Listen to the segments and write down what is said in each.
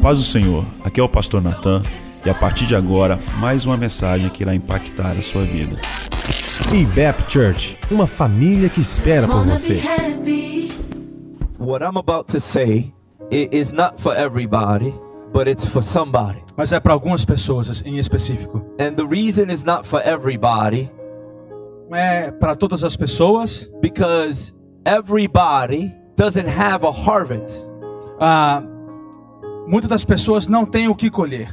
paz do Senhor, aqui é o pastor Natan e a partir de agora, mais uma mensagem que irá impactar a sua vida. IBEP Church, uma família que espera por você. What I'm about to say it is not for everybody, but it's for somebody. mas é para algumas pessoas em específico. And the reason is not for everybody Não é para todas as pessoas, because everybody doesn't have a harvest. ah, muitas das pessoas não têm o que colher.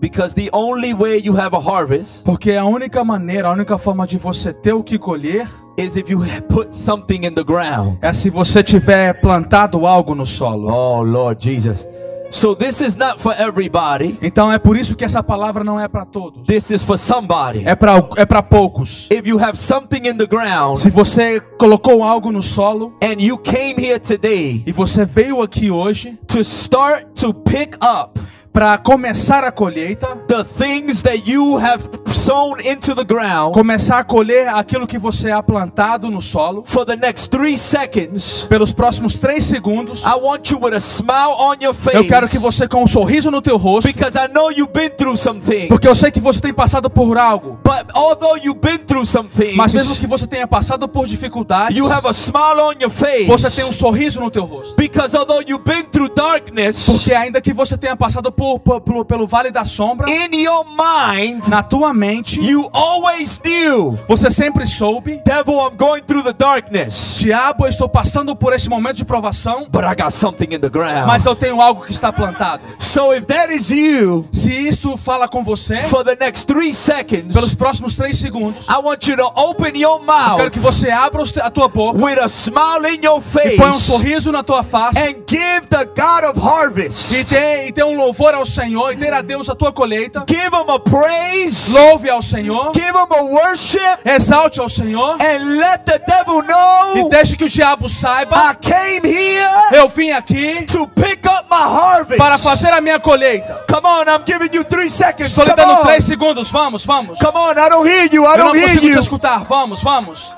Because the only way you have a harvest Porque a única maneira, a única forma de você ter o que colher is if you put something in the ground. é se você tiver plantado algo no solo. Oh Lord Jesus. So this is not for everybody. Então é por isso que essa palavra não é para todos. This is for somebody. É para é para poucos. If you have something in the ground Se você colocou algo no solo and you came here today e você veio aqui hoje to start to pick up para começar a colheita, the things that you have sown into the ground começar a colher aquilo que você há plantado no solo, for the next three seconds, pelos próximos três segundos, I want you with a smile on your face. eu quero que você com um sorriso no teu rosto, because I know you've been through some things. porque eu sei que você tem passado por algo. But although you've been through some things, Mas mesmo que você tenha passado por dificuldades, you have a smile on your face. você tem um sorriso no teu rosto. Because although you've been through darkness, Porque ainda que você tenha passado por, por- pelo, pelo vale da sombra, in your mind, na tua mente, you always knew, você sempre soube, devil, I'm going through the darkness. diabo, eu estou passando por este momento de provação, But I got something in the ground. mas eu tenho algo que está plantado. so if that is you, Se isto fala com você, for the next three seconds, pelos próximos três segundos, I want you to open your eu quero mouth que você abra os te- a tua boca with a smile in your e põe um face sorriso na tua face and give the God of E harvest. dê, e dê um louvor ao Senhor, e dê a Deus a tua colheita. Give him a praise. Louve ao Senhor, Give him a worship exalte ao Senhor, and let the devil e know deixe que o diabo saiba: I came here eu vim aqui to pick up my harvest. para fazer a minha colheita. Come on, I'm giving you three seconds. Estou Come lhe dando on. três segundos, vamos, vamos. Come on, I don't hear you. I Eu não don't hear consigo te you. escutar, vamos, vamos.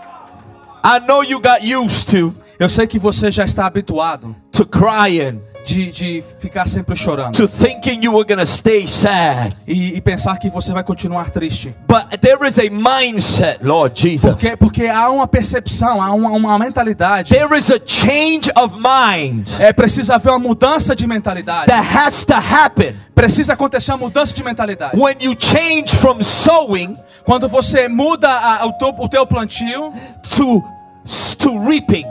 I know you got used to Eu sei que você já está habituado to crying, de, de ficar sempre chorando to thinking you were gonna stay sad. e, e pensar que você vai continuar triste. But there is a mindset, Lord Jesus. Porque, porque há uma percepção, há uma, uma mentalidade. There is a change of mind. É preciso haver uma mudança de mentalidade. that has to happen Precisa acontecer uma mudança de mentalidade. when you change from sowing Quando você muda a- o, teu, o teu plantio to to reaping.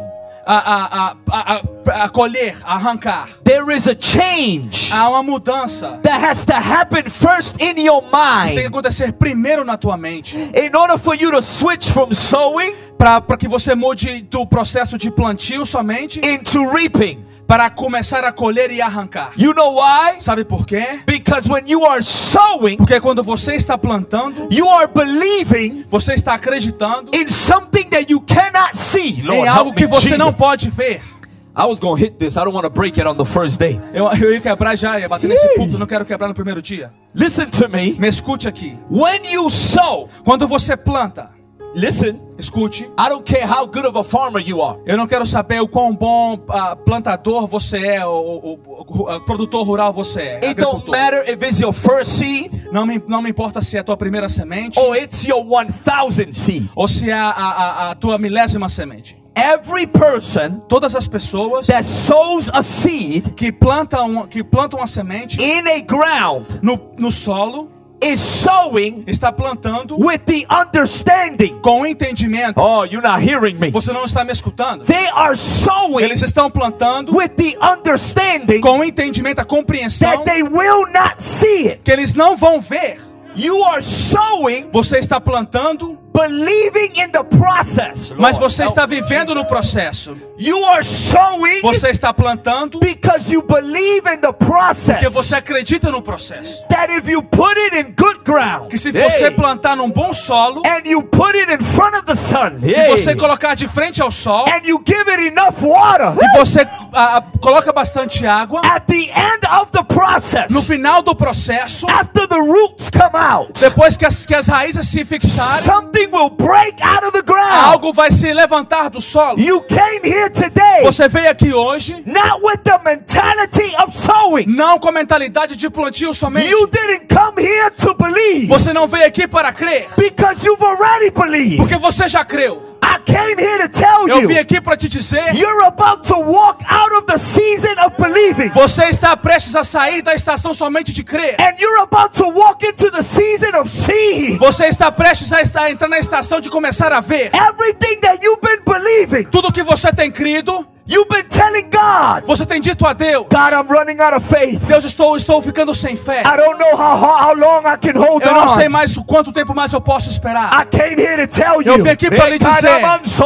a, a, a, a, a- a colher, a arrancar, There is a change há uma mudança. that has to happen first in your Tem que mind acontecer primeiro na tua mente. in order for you to switch from sowing Para que você mude do processo de plantio somente into reaping. para começar a colher e arrancar. You know why? Sabe por quê? Because when you are sowing, Porque quando você está plantando, you are believing você está acreditando in something that you cannot see. em Lord, algo help me, que você Então, Jesus. não pode ver. I was going to hit this. I don't want to break it on the first day. Eu, eu ia quebrar já, ia bater nesse ponto, não quero quebrar no primeiro dia. Listen to me. Me escute aqui. When you sow, Quando você planta, listen, escute, I don't care how good of a farmer you are. Eu não quero saber o quão bom ah, plantador você é, ou, ou- ou- ah, produtor rural você é. It don't agricultor. matter if it's your first seed Não me, não me importa se é a tua primeira semente or it's your 1000 seed. ou se é a, a- a tua milésima semente. Every person Todas as pessoas that sows a seed que plantam, um, que plantam a semente in a ground no, no solo is sowing está plantando with the understanding. com entendimento. Oh, you're not hearing me. Você não está me escutando? They are sowing Eles estão plantando with the understanding com entendimento, a compreensão that they will not see it. que eles não vão ver. You are sowing Você está plantando, believing in the process. mas Lord, você help está me, vivendo no processo. Jesus. You are sowing Você está plantando because you believe in the process. porque você acredita no processo. that if you put it in good ground Que se hey, você plantar num bom solo and you put it in front of the sun e hey, você colocar de frente ao sol and you give it enough water e você ah, ah, coloca bastante água, at the end of the process no final do processo, after the roots come out depois que as, que as raízes se fixarem, something will break out of the ground. Algo vai se levantar do solo. You came here today Você veio aqui hoje not with the mentality of sowing. não com a mentalidade de plantio somente. You didn't come here to believe Você não veio aqui para crer, because you've already believed. porque você já creu. I came here to tell Eu vim you aqui para te dizer, you're about to walk out of the season of believing. você está prestes a sair da estação somente de crer. And you're about to walk into the season of seeing. Você está prestes a estar, entrar na estação de começar a ver. Everything that you've been believing, Tudo que você tem crido, you've been telling God, você tem dito a Deus. God, I'm running out of faith. Deus, estou, estou ficando sem fé. I don't know how, how, how long I can hold Eu não sei on. mais o quanto tempo mais eu posso esperar. I came here to tell you. "Eh, Eu vim aqui pra lhe dizer.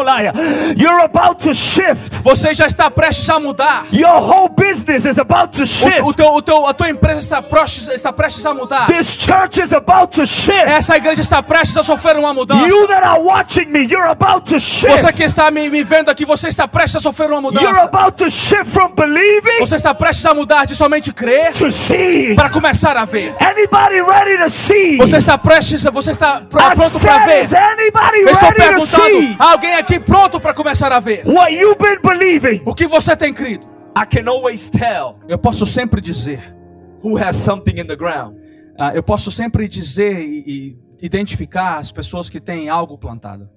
Rekanamansolaya, You're about to shift. Você já está prestes a mudar. Your whole business is about to O, o shift. teu, o teu, a tua empresa está prestes, está prestes a mudar. This church is about to shift. Essa igreja está prestes a sofrer uma mudança. You that are watching me, you're about to Você shift. que está me, me vendo aqui, você está prestes a sofrer uma You're mudança. about to shift from believing Você está prestes a mudar de somente crer to seeing. para começar a ver. Anybody ready to see? Você está prestes, a- você está pr- I pronto para said, ver. is anybody Eu estou ready to see perguntando, alguém aqui pronto para começar a ver? what you've been believing? O que você tem crido? I can always tell Eu posso sempre dizer, who has something in the ground. ah, eu posso sempre dizer e, e identificar as pessoas que têm algo plantado.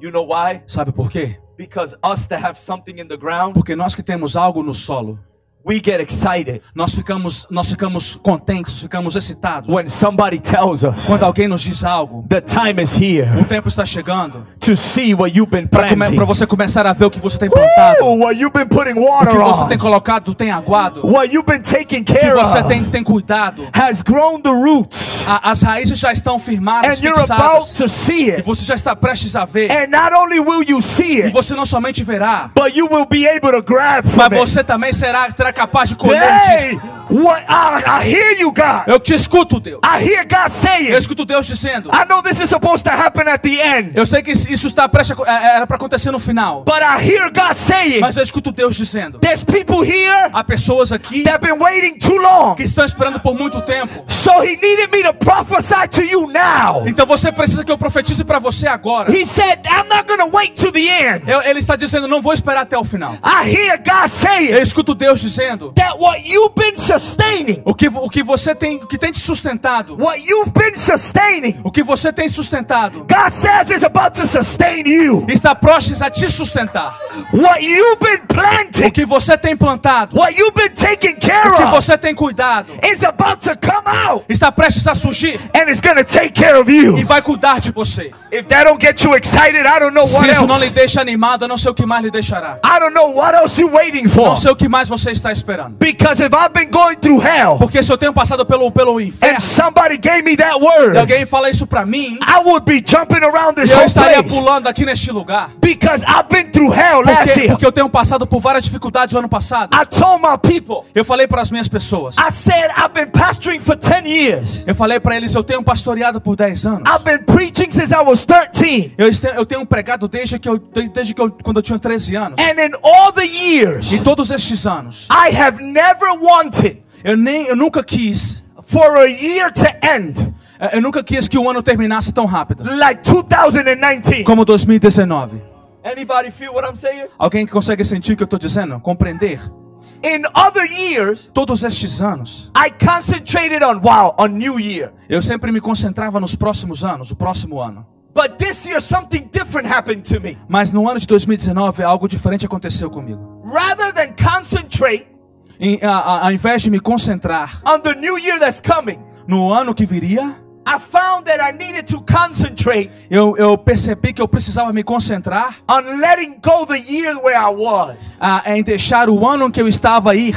You know why? Sabe por quê? Because us that have something in the ground, Porque nós que temos algo no solo, we get excited nós ficamos, nós ficamos contentes, ficamos excitados. when somebody tells us Quando alguém nos diz algo, the time is o here tempo está chegando to see what you've been para come, planting. pra você começar a ver o que você tem plantado, Ooh, what you've been putting o que water você tem on, colocado, tem aguado, o what you've been taking que care você of, tem, tem cuidado. has grown the roots, A- as raízes já estão firmadas, and you're about fixadas. to see E it. você já está prestes a ver. And not only will you see E it, você não somente verá, but you will be able to grab mas from it. você também será, será capaz de colher Hey, disso. what I, I hear you, God. Eu te escuto, Deus. I hear God Eu saying. escuto Deus dizendo. I know this is supposed to happen at the end, Eu sei que isso isso está prestes, a- é- era para acontecer no final, but I hear God saying. mas eu escuto Deus dizendo. There's people here Há pessoas aqui that've been waiting too long, que estão esperando por muito tempo. so He needed me to prophesy to you now. Então você precisa que eu profetize para você agora. He said, "I'm not gonna wait till the end." Eu- ele está dizendo, não vou esperar até o final. I hear God Eu saying escuto Deus dizendo, that what you've been sustaining, o que, vo- o que você tem, o que tem te sustentado, what you've been sustaining, o que você tem sustentado, God says is about to sustain you. está prestes a te sustentar. What you've been O planting, que você tem plantado, what you've been taking o care que of. você tem cuidado, is about to come out está prestes a surgir and it's going to take care of e you. vai cuidar de você. If that don't get you excited, I don't know Se what isso não lhe else. deixa animado, eu não sei o que mais lhe deixará. I don't know what else you're waiting for. Não sei o que mais você está esperando. Because if I've been going through hell Porque se eu tenho passado pelo, pelo and inferno somebody gave me that e word, alguém fala isso pra mim, I would be jumping around this eu whole estaria place. pulando aqui neste lugar. Because I've been through hell last Porque, year. porque eu tenho passado por várias dificuldades no ano passado. I told my people, Eu falei para as minhas pessoas. I said, I've been pastoring for 10 years. Eu falei para eles, eu tenho pastoreado por 10 anos. I've been preaching since I was 13. Eu, este- eu tenho pregado desde que eu, desde que eu, quando eu tinha 13 anos. And in all the E years, todos estes anos, I have never wanted eu nem, eu nunca quis for a year to end. É, Eu nunca quis que o ano terminasse tão rápido like 2019. como 2019. Anybody feel what I'm saying? Alguém que consegue sentir o que eu estou dizendo? Compreender? In other years, Todos estes anos, I concentrated on wow, on New Year. eu sempre me concentrava nos próximos anos, o próximo ano. But this year, something different happened to me. Mas no ano de 2019, algo diferente aconteceu comigo. Rather than concentrate Em, a, a, ao invés de me concentrar on the new year that's coming, no ano que viria, I found that I needed to concentrate eu, eu percebi que eu precisava me concentrar on letting go the year where I was. ah, em deixar o ano em que eu estava a ir.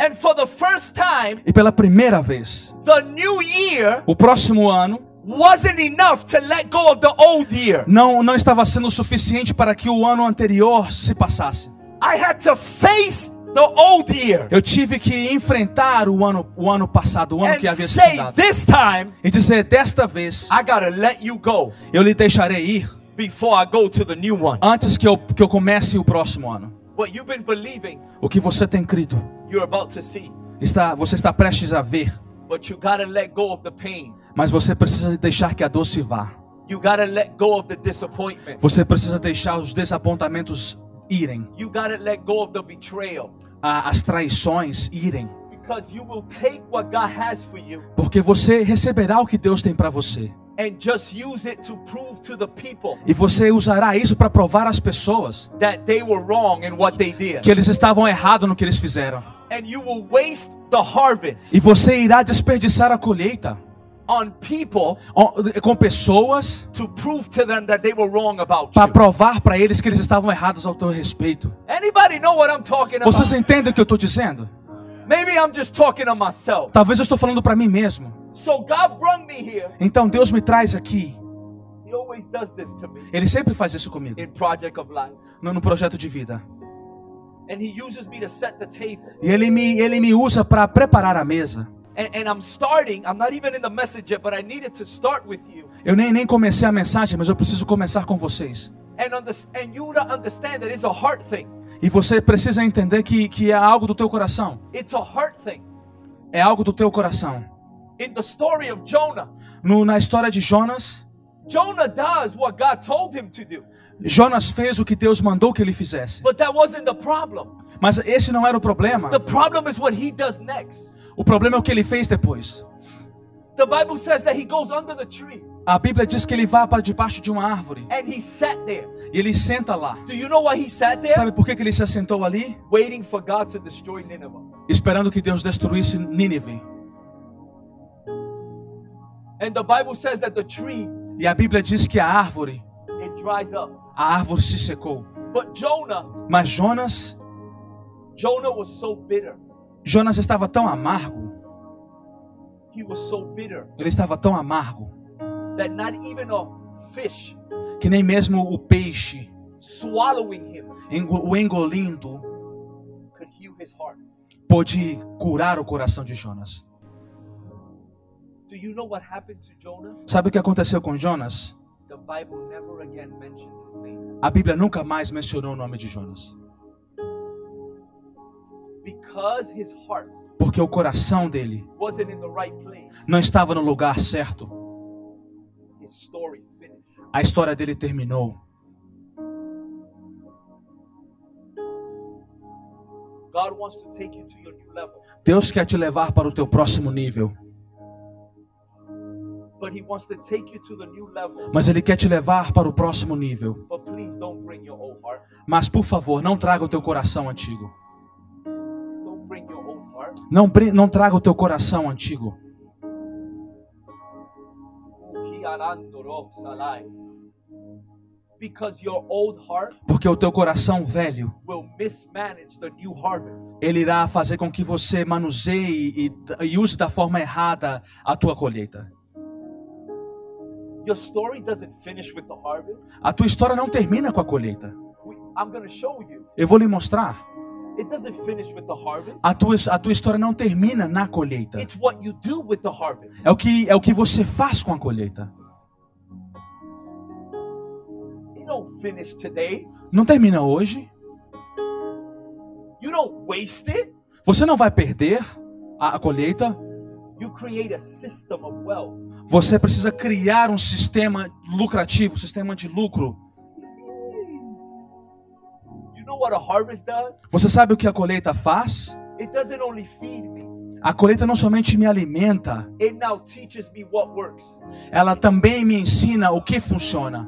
And for the first time, E pela primeira vez, the new year o próximo ano wasn't enough to let go of the old year. não, não estava sendo suficiente para que o ano anterior se passasse. I had to face the old year Eu tive que enfrentar o ano, o ano passado, o ano and que havia say, chegado. this time, E dizer, desta vez, I gotta let you go eu lhe deixarei ir before I go to the new one. antes que eu, que eu comece o próximo ano. What you've been believing, O que você tem crido, you're about to see. está, você está prestes a ver, But you gotta let go of the pain. mas você precisa deixar que a dor se vá. You got to let go of the disappointment. Você precisa deixar os desapontamentos irem, You got to let go of the betrayal a- as traições irem, because you will take what God has for you porque você receberá o que Deus tem para você. and just use it to prove to the people E você usará isso para provar às pessoas that they were wrong in what they did. que eles estavam errados no que eles fizeram. And you will waste the harvest E você irá desperdiçar a colheita on people ó, com pessoas to prove to them that they were wrong about para you. provar para eles que eles estavam errados ao teu respeito. Anybody know what I'm talking about? Vocês entendem o que eu estou dizendo? Maybe I'm just talking to myself. Talvez eu estou falando para mim mesmo. So God brought me here. Então Deus me traz aqui. He always does this to me Ele sempre faz isso comigo in Project of Life. no, no projeto de vida. And He uses me to set the table. E ele me ele me usa para preparar a mesa. And, and I'm starting, I'm not even in the message yet, but I needed to start with you. Eu nem nem comecei a mensagem, mas eu preciso começar com vocês. And, underst- and you to understand that it's a heart thing. E você precisa entender que que é algo do teu coração. It's a heart thing. É algo do teu coração. In the story of Jonah, No, na história de Jonas, Jonah does what God told him to do. Jonas fez o que Deus mandou que ele fizesse. But that wasn't the problem. Mas esse não era o problema. The problem is what he does next. O problema é o que ele fez depois. The Bible says that he goes under the tree A Bíblia diz que ele vai para debaixo de uma árvore and he sat there. e ele senta lá. Do you know why he sat there? Sabe por que que ele se assentou ali? Waiting for God to destroy Nineveh. Esperando que Deus destruísse Nínive. And the Bible says that the tree E a Bíblia diz que a árvore, it dries up. a árvore se secou. But Jonah, Mas Jonas, Jonah was so bitter. Jonas estava tão amargo, He was so bitter ele estava tão amargo, that not even a fish que nem mesmo o peixe swallowing him engo- o engolindo could heal his heart. pôde curar o coração de Jonas. Do you know what happened to Jonah? Sabe o que aconteceu com Jonas? The Bible never again mentions his name A Bíblia nunca mais mencionou o nome de Jonas, because his heart porque o coração dele wasn't in the right place. não estava no lugar certo. His story finished. A história dele terminou. God wants to take you to your new level, Deus quer te levar para o teu próximo nível, but He wants to take you to the new level. mas ele quer te levar para o próximo nível. But please don't bring your old heart. Mas por favor, não traga o teu coração antigo. Don't bring your old heart. Não, brin- não traga o teu coração antigo. Ukiarandoro salai. Because your old heart Porque o teu coração velho, will mismanage the new harvest. ele irá fazer com que você manuseie e, e use da forma errada a tua colheita. Your story doesn't finish with the harvest. A tua história não termina com a colheita. We- I'm going to show you. Eu vou lhe mostrar. It doesn't finish with the harvest. A tua, a tua história não termina na colheita. It's what you do with the harvest. É o que é o que você faz com a colheita. You don't finish today. Não termina hoje. You don't waste it. Você não vai perder a, a colheita. You create a system of wealth. Você precisa criar um sistema lucrativo, um sistema de lucro. You know what a harvest does? Você sabe o que a colheita faz? It doesn't only feed me, A colheita não somente me alimenta, it now teaches me what works. ela também me ensina o que funciona.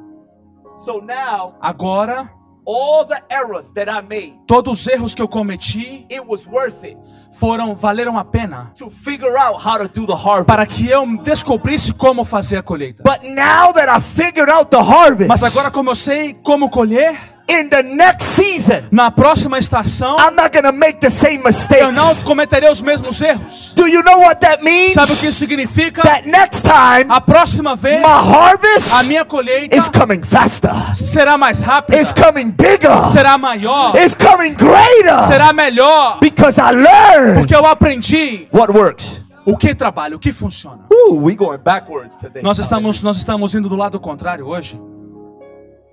So now, Agora, all the errors that I made, todos os erros que eu cometi it was worth it foram valeram a pena to figure out how to do the harvest. para que eu descobrisse como fazer a colheita. But now that I figured out the harvest, Mas agora como eu sei como colher, in the next season, na próxima estação I'm not going to make the same eu não mistakes. cometerei os mesmos erros. Do you know what that means? Sabe o que isso significa? That next time, A próxima vez my a harvest minha colheita is coming faster, será mais rápida, it's coming bigger, será maior, it's coming greater será melhor, because I learned porque eu aprendi what works. o que trabalha, o que funciona. Ooh, we going backwards today. Nós estamos nós estamos indo do lado contrário hoje.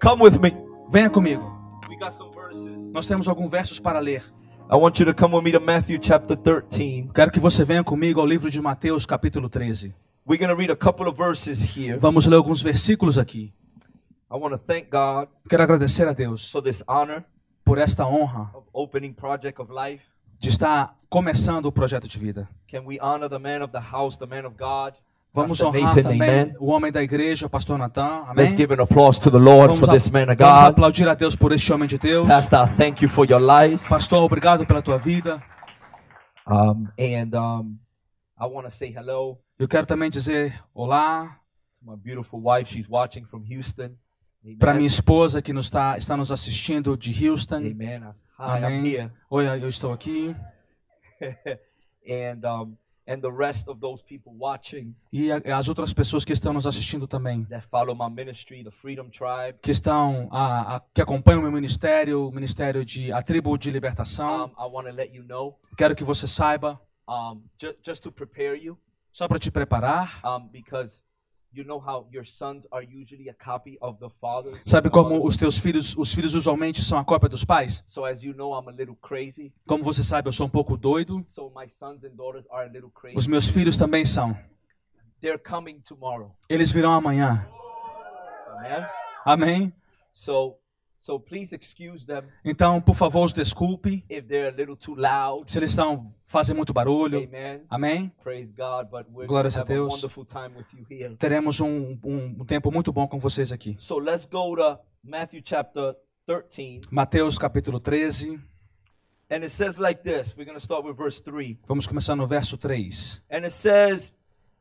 Come with me. Venha comigo. We got some verses. Nós temos alguns versos para ler. I want you to come with me to Matthew chapter 13. Quero que você venha comigo ao livro de Mateus, capítulo 13. We're going to read a couple of verses here. Vamos ler alguns versículos aqui. I want to thank God Quero agradecer a Deus for this honor por esta honra of opening Project of Life. de estar começando o projeto de vida. Can we honor the man of the house, the man of God? Vamos Pastor honrar Nathan, também amen. o homem da igreja, o pastor Natan. Amém. Let's give an applause to the Lord Vamos, for a- this man of vamos God. aplaudir a Deus por este homem de Deus. Pastor, I thank you for your life. Pastor, obrigado pela tua vida. Um, and um, I want to say hello Eu quero também dizer olá to my beautiful wife. She's watching from Houston. Amen. para minha esposa que nos está, está nos assistindo de Houston. Amen. Ah, I s- Hi, I'm Amém. here. Oi, eu estou aqui. And um, and the rest of those people watching E a- as outras pessoas que estão nos assistindo também, that follow my ministry, the Freedom Tribe. que estão a, a- que acompanham o meu ministério, o ministério de a tribo de libertação. Um, I want to let you know, Quero que você saiba, um, ju- just to prepare you, só para te preparar. um, because you know how your sons are usually a copy of the father. Sabe como os teus filhos, os filhos usualmente são a cópia dos pais? So as you know, I'm a little crazy. Como você sabe, eu sou um pouco doido. So my sons and daughters are a little crazy. Os meus filhos também são. They're coming tomorrow. Eles virão amanhã. Amen. Amém? So so please excuse them Então, por favor, os desculpe if they're a little too loud. se eles são, fazem muito barulho. Amen. Amém? Praise God. But we're gonna Glórias a have a Deus. wonderful time with you here. Teremos um, um, um tempo muito bom com vocês aqui. So let's go to Matthew chapter 13. Mateus capítulo 13. And it says like this. We're gonna start with verse 3. Vamos começar no verso 3. And it says,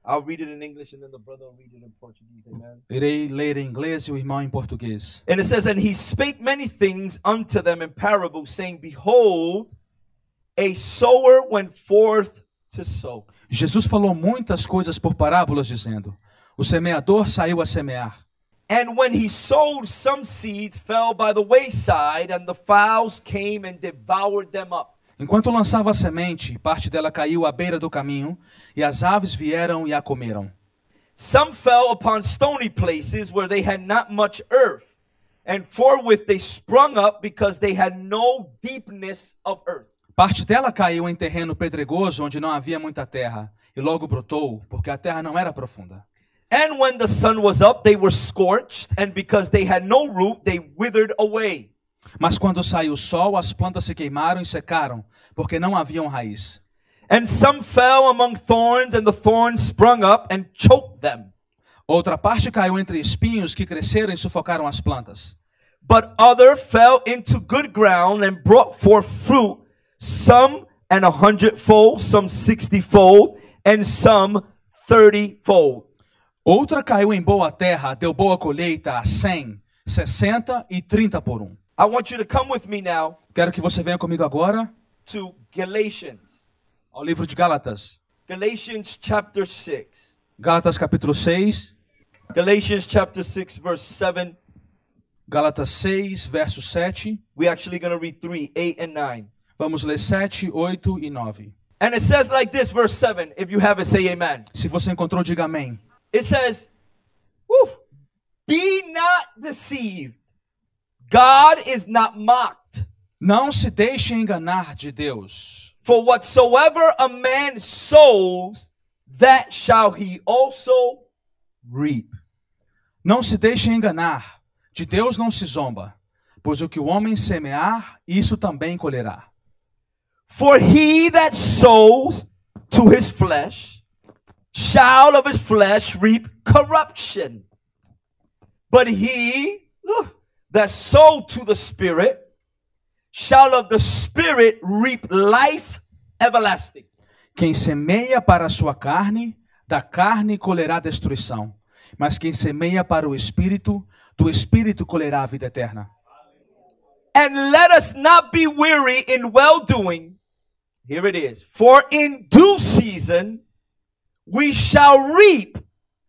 I'll read it in English and then the brother will read it in Portuguese. Amen. Irei ler em inglês e o irmão em português. And it says, And he spake many things unto them in parables, saying, Behold, a sower went forth to sow. Jesus falou muitas coisas por parábolas, dizendo: O semeador saiu a semear. And when he sowed, some seeds fell by the wayside, and the fowls came and devoured them up. Enquanto lançava a semente, parte dela caiu à beira do caminho, e as aves vieram e a comeram. Some fell upon stony places where they had not much earth, and forthwith they sprung up because they had no deepness of earth. Parte dela caiu em terreno pedregoso onde não havia muita terra, e logo brotou, porque a terra não era profunda. And when the sun was up, they were scorched, and because they had no root, they withered away. Mas quando saiu o sol, as plantas se queimaram e secaram, porque não haviam raiz. And some fell among thorns, and the thorns sprung up and choked them. Outra parte caiu entre espinhos que cresceram e sufocaram as plantas. But other fell into good ground and brought forth fruit, some an a hundredfold, some sixtyfold, and some thirtyfold. Outra caiu em boa terra, deu boa colheita a 100, 60 e 30 por um. I want you to come with me now Quero que você venha comigo agora to Galatians. ao livro de Gálatas. Galatians chapter 6. Gálatas capítulo 6, Galatians chapter 6, verse 7. Gálatas 6, verso 7. We're actually going to read 3, 8, and 9. Vamos ler 7, 8 e 9. And it says like this, verse 7. If you have it, say amen. Se você encontrou, diga amém. It says, woof, Be not deceived. God is not mocked. Não se deixe enganar de Deus. For whatsoever a man sows, that shall he also reap. Não se deixe enganar. De Deus não se zomba. Pois o que o homem semear, isso também colherá. For he that sows to his flesh shall of his flesh reap corruption. But he ugh, that sowed to the Spirit shall of the Spirit reap life everlasting. Quem semeia para a sua carne, da carne colherá destruição. Mas quem semeia para o espírito, do espírito colherá a vida eterna. And let us not be weary in well doing. Here it is. For in due season we shall reap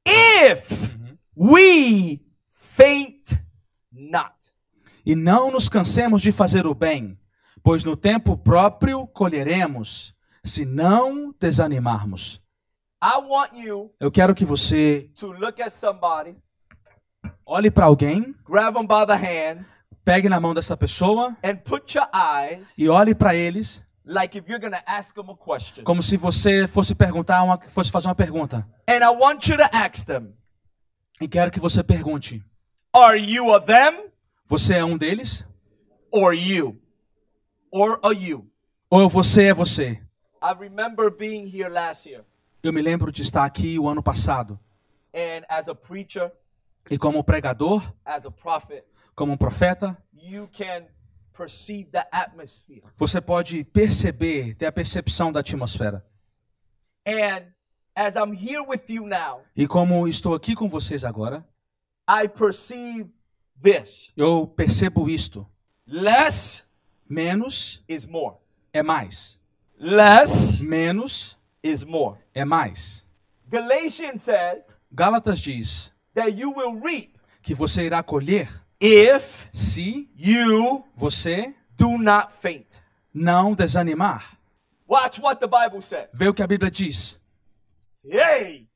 if we faint not. E não nos cansemos de fazer o bem, pois no tempo próprio colheremos, se não desanimarmos. I want you Eu quero que você to look at somebody, olhe para alguém, grab them by the hand, pegue na mão dessa pessoa and put your eyes e olhe para eles like if you're going to ask them a question. Como se você fosse perguntar, uma, fosse fazer uma pergunta. And I want you to ask them, E quero que você pergunte: are you a them Você é um deles? or you? Or a you? Ou você é você? I remember being here last year Eu me lembro de estar aqui o ano passado and as a preacher, e, como pregador, as a prophet, como um profeta, you can perceive the atmosphere. você pode perceber, ter a percepção da atmosfera. And as I'm here with you now, E como estou aqui com vocês agora, I perceive this. eu percebo isto. Less Menos is more. é mais. Less Menos is more. é mais. Galatians says Gálatas diz that you will reap que você irá colher if se you você do not faint. não desanimar. Watch what the Bible says. Vê o que a Bíblia diz. Yay!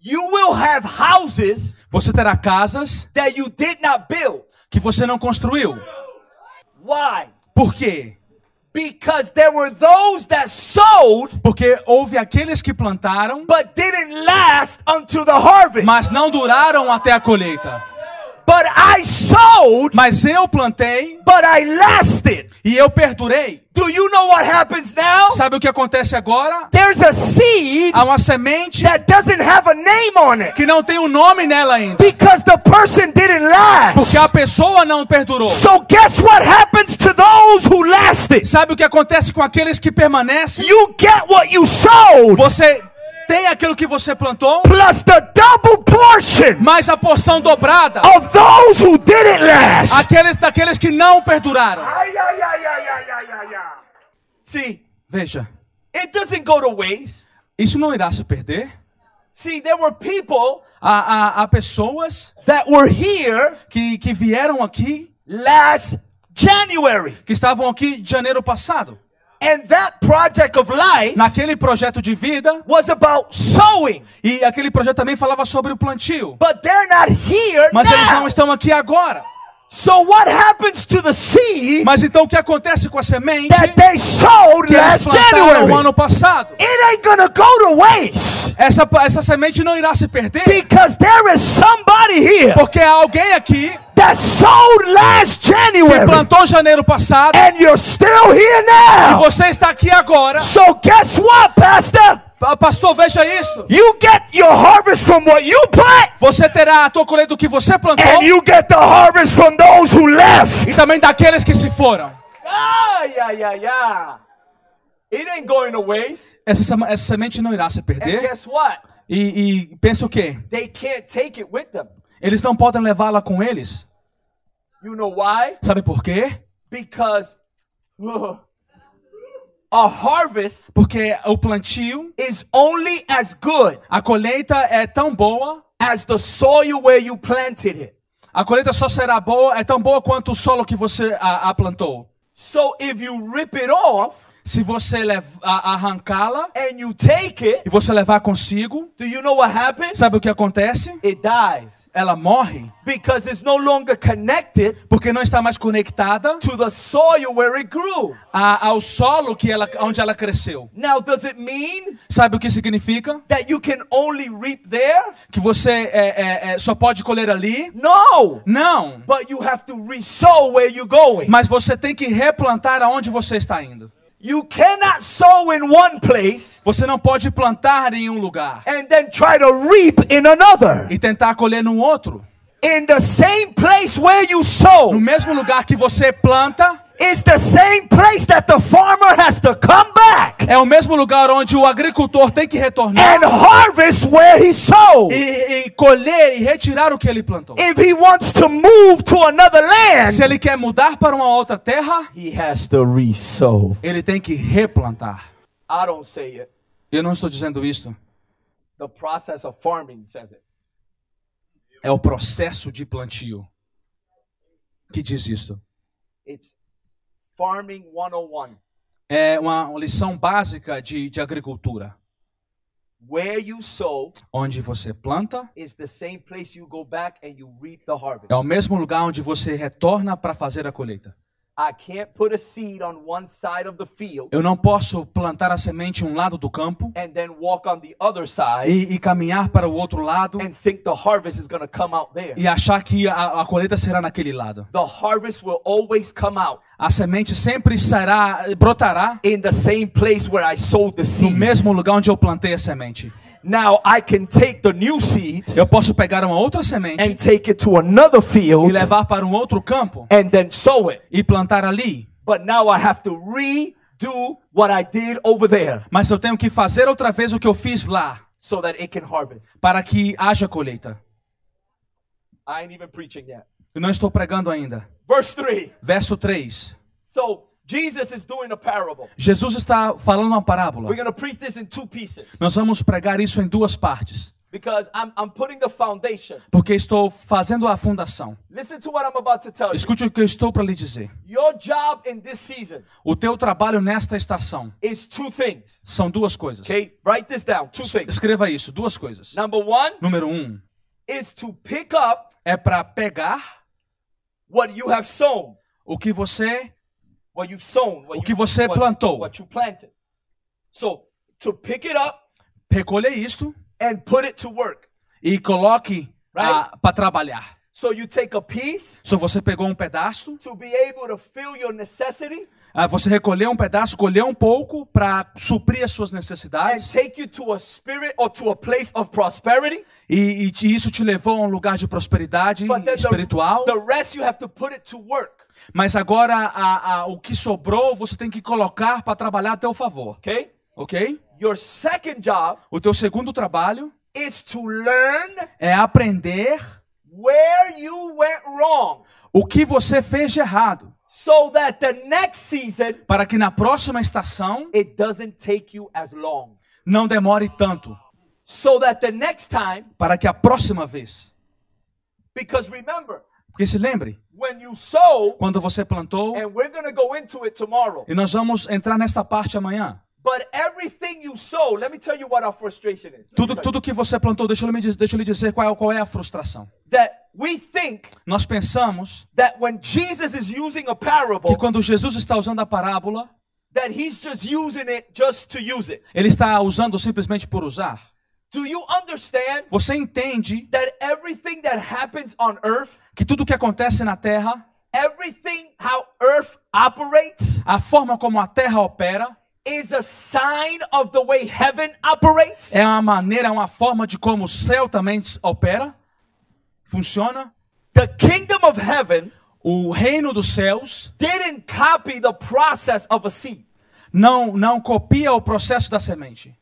You will have houses Você terá casas that you did not build. que você não construiu. Why? Por quê? Because there were those that sowed Porque houve aqueles que plantaram, but didn't last until the harvest. mas não duraram até a colheita. but I sowed, Mas eu plantei but I lasted. e eu perdurei. Do you know what happens now? Sabe o que acontece agora? There's a seed Há uma semente that doesn't have a name on it que não tem o nome nela ainda, because the person didn't porque a last. pessoa não perdurou. So guess what happens to those who lasted? Sabe o que acontece com aqueles que permanecem? You get what you sowed Você tem aquilo que você plantou, plus the double portion mas a porção dobrada of those who didn't last. aqueles daqueles que não perduraram. Ay, ay, ay, ay, ay, ay, ay, ay. See, Veja, it doesn't go to waste. isso não irá se perder. See, there were people Há, há, há pessoas that were here que, que vieram aqui, last January. que estavam aqui de janeiro passado. And that project of life Naquele projeto de vida, was about sowing, e aquele projeto também falava sobre o plantio. but they're not here Mas eles now. não estão aqui agora. So what happens to the seed Mas então o que acontece com a semente that they sowed que eles last plantaram o January? ano passado? It ain't gonna go to waste Essa, essa semente não irá se perder, because there is somebody here porque há alguém aqui that sowed last que January plantou janeiro passado, and you're still here now. você está aqui agora. So guess what, Pastor? Pa- Pastor, veja isso. You get your harvest from what you plant, Você terá a tua colheita do que você plantou and you get the harvest from those who left. e também daqueles que se foram. Ah, yeah, yeah, yeah. It ain't going to waste. Essa, sema- essa semente não irá se And perder. guess what? E, e pensa o quê? They can't take it with them. Eles não podem levá-la com eles. You know why? Sabe por quê? Because ugh, a harvest Porque o plantio, is only as good a colheita é tão boa, as the soil where you planted it. a colheita só será boa, é tão boa quanto o solo que você a, a plantou. So if you rip it off Se você lev- a- arrancá-la and you take it, e você levar consigo, do you know what happens? sabe o que acontece? It dies Ela morre because it's no longer connected porque não está mais conectada to the soil where it grew. a- ao solo que ela, onde ela cresceu. Now, does it mean Sabe o que significa? that you can only reap there? Que você é, é, é, só pode colher ali? No. Não. But you have to re-sow where you're going. Mas você tem que replantar aonde você está indo. You cannot sow in one place Você não pode plantar em um lugar and then try to reap in another. e tentar colher no outro. In the same place where you No sow mesmo lugar que você planta, is the same place that the farmer has to come back é o mesmo lugar onde o agricultor tem que retornar and harvest where he sowed. e, e colher e retirar o que ele plantou. If he wants to move to another land, Se ele quer mudar para uma outra terra, he has to re-sow. ele tem que replantar. I don't say it. Eu não estou dizendo isto. The process of farming says it. É o processo de plantio que diz isto. It's farming 101. É uma uma lição básica de, de agricultura, Where you sow onde você planta is the same place you go back and you reap the harvest. é o mesmo lugar onde você retorna para fazer a colheita. I can't put a seed on one side of the field Eu não posso plantar a semente um lado do campo and then walk on the other side e, e caminhar para o outro lado and think the harvest is going to come out there. e achar que a, a colheita será naquele lado. The harvest will always come out A semente sempre será, brotará in the same place where I sowed the no seed. mesmo lugar onde eu plantei a semente. Now I can take the new seed Eu posso pegar uma outra semente and take it to another e field levar para um outro campo and then sow it. e plantar ali. But now I have to redo what I did over there Mas eu tenho que fazer outra vez o que eu fiz lá so that it can harvest. para que haja colheita. I ain't even preaching yet. Eu não estou pregando ainda. Verse 3. Verso 3. So Jesus is doing a parable. Jesus está falando uma parábola. We're going to preach this in two pieces Nós vamos pregar isso em duas partes, because I'm, I'm putting the foundation. porque estou fazendo a fundação. Listen to what I'm about to tell you. Escute o que eu estou para lhe dizer. Your job in this season O teu trabalho nesta estação is two things. são duas coisas. Okay, write this down. Two things. Escreva isso, duas coisas. Number one Número um is to pick up é para pegar what you have sown, o que você what you've sown, what O you- que você what- plantou. what you planted. So to pick it up recolher isto and put it to work. e coloque ah, para trabalhar. So you take a piece Se você pegou um pedaço, to be able to fill your necessity ah, você recolheu um pedaço, colheu um pouco para suprir as suas and necessidades take you to a spirit or to a place of prosperity. e, e te- isso te levou a um lugar de prosperidade But then espiritual. the, the rest you have to put it to work. Mas agora a- a- o que sobrou você tem que colocar para trabalhar a teu favor, Okay? ok? Your second job O teu segundo trabalho is to learn é aprender where you went wrong o que você fez de errado, so that the next season para que na próxima estação it doesn't take you as long. não demore tanto, So that the next time, para que a próxima vez. because remember, Porque se lembre, when you sow, quando você plantou, and we're going to go into it tomorrow, e nós vamos entrar nesta parte amanhã. but everything you sow, let me tell you what our frustration is. Let me Tudo, tell you. tudo que você plantou, deixa eu, me dizer, deixa eu lhe dizer qual é, qual é a frustração. That we think Nós pensamos that when Jesus is using a que parable, quando Jesus está usando a parábola, that he's just using it just to use it. ele está usando simplesmente por usar. Do you understand Você entende that everything that happens on earth, que tudo que acontece na Terra, everything how earth operates, a forma como a Terra opera, is a sign of the way heaven operates? é uma maneira, é uma forma de como o céu também s- opera, funciona. The kingdom of heaven O reino dos céus didn't copy the process of a seed. não não copia o processo da semente.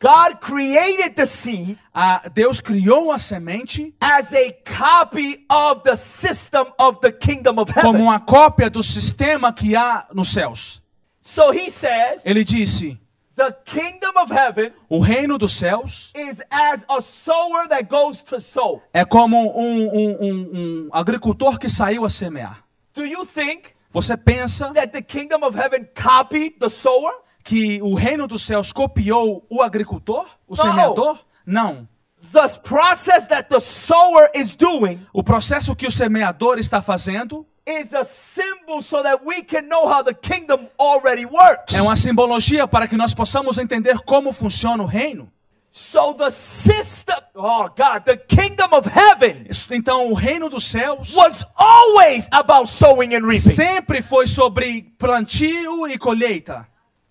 God created the seed A- Deus criou a semente as a copy of the system of the kingdom of como heaven. uma cópia do sistema que há nos céus. So he says, Ele disse: the kingdom of heaven o reino dos céus is as a sower that goes to sow. é como um, um- um- um agricultor que saiu a semear. Do you think Você pensa that the kingdom of heaven copied the sower? que o reino dos céus copiou o agricultor, o Não. semeador? Não. The process that the sower is doing O processo que o semeador está fazendo is a symbol so that we can know how the kingdom already works. é uma simbologia para que nós possamos entender como funciona o reino. So the system, oh God, the kingdom of heaven Isso- Então, o reino dos céus was always about sowing and reaping. sempre foi sobre plantio e colheita.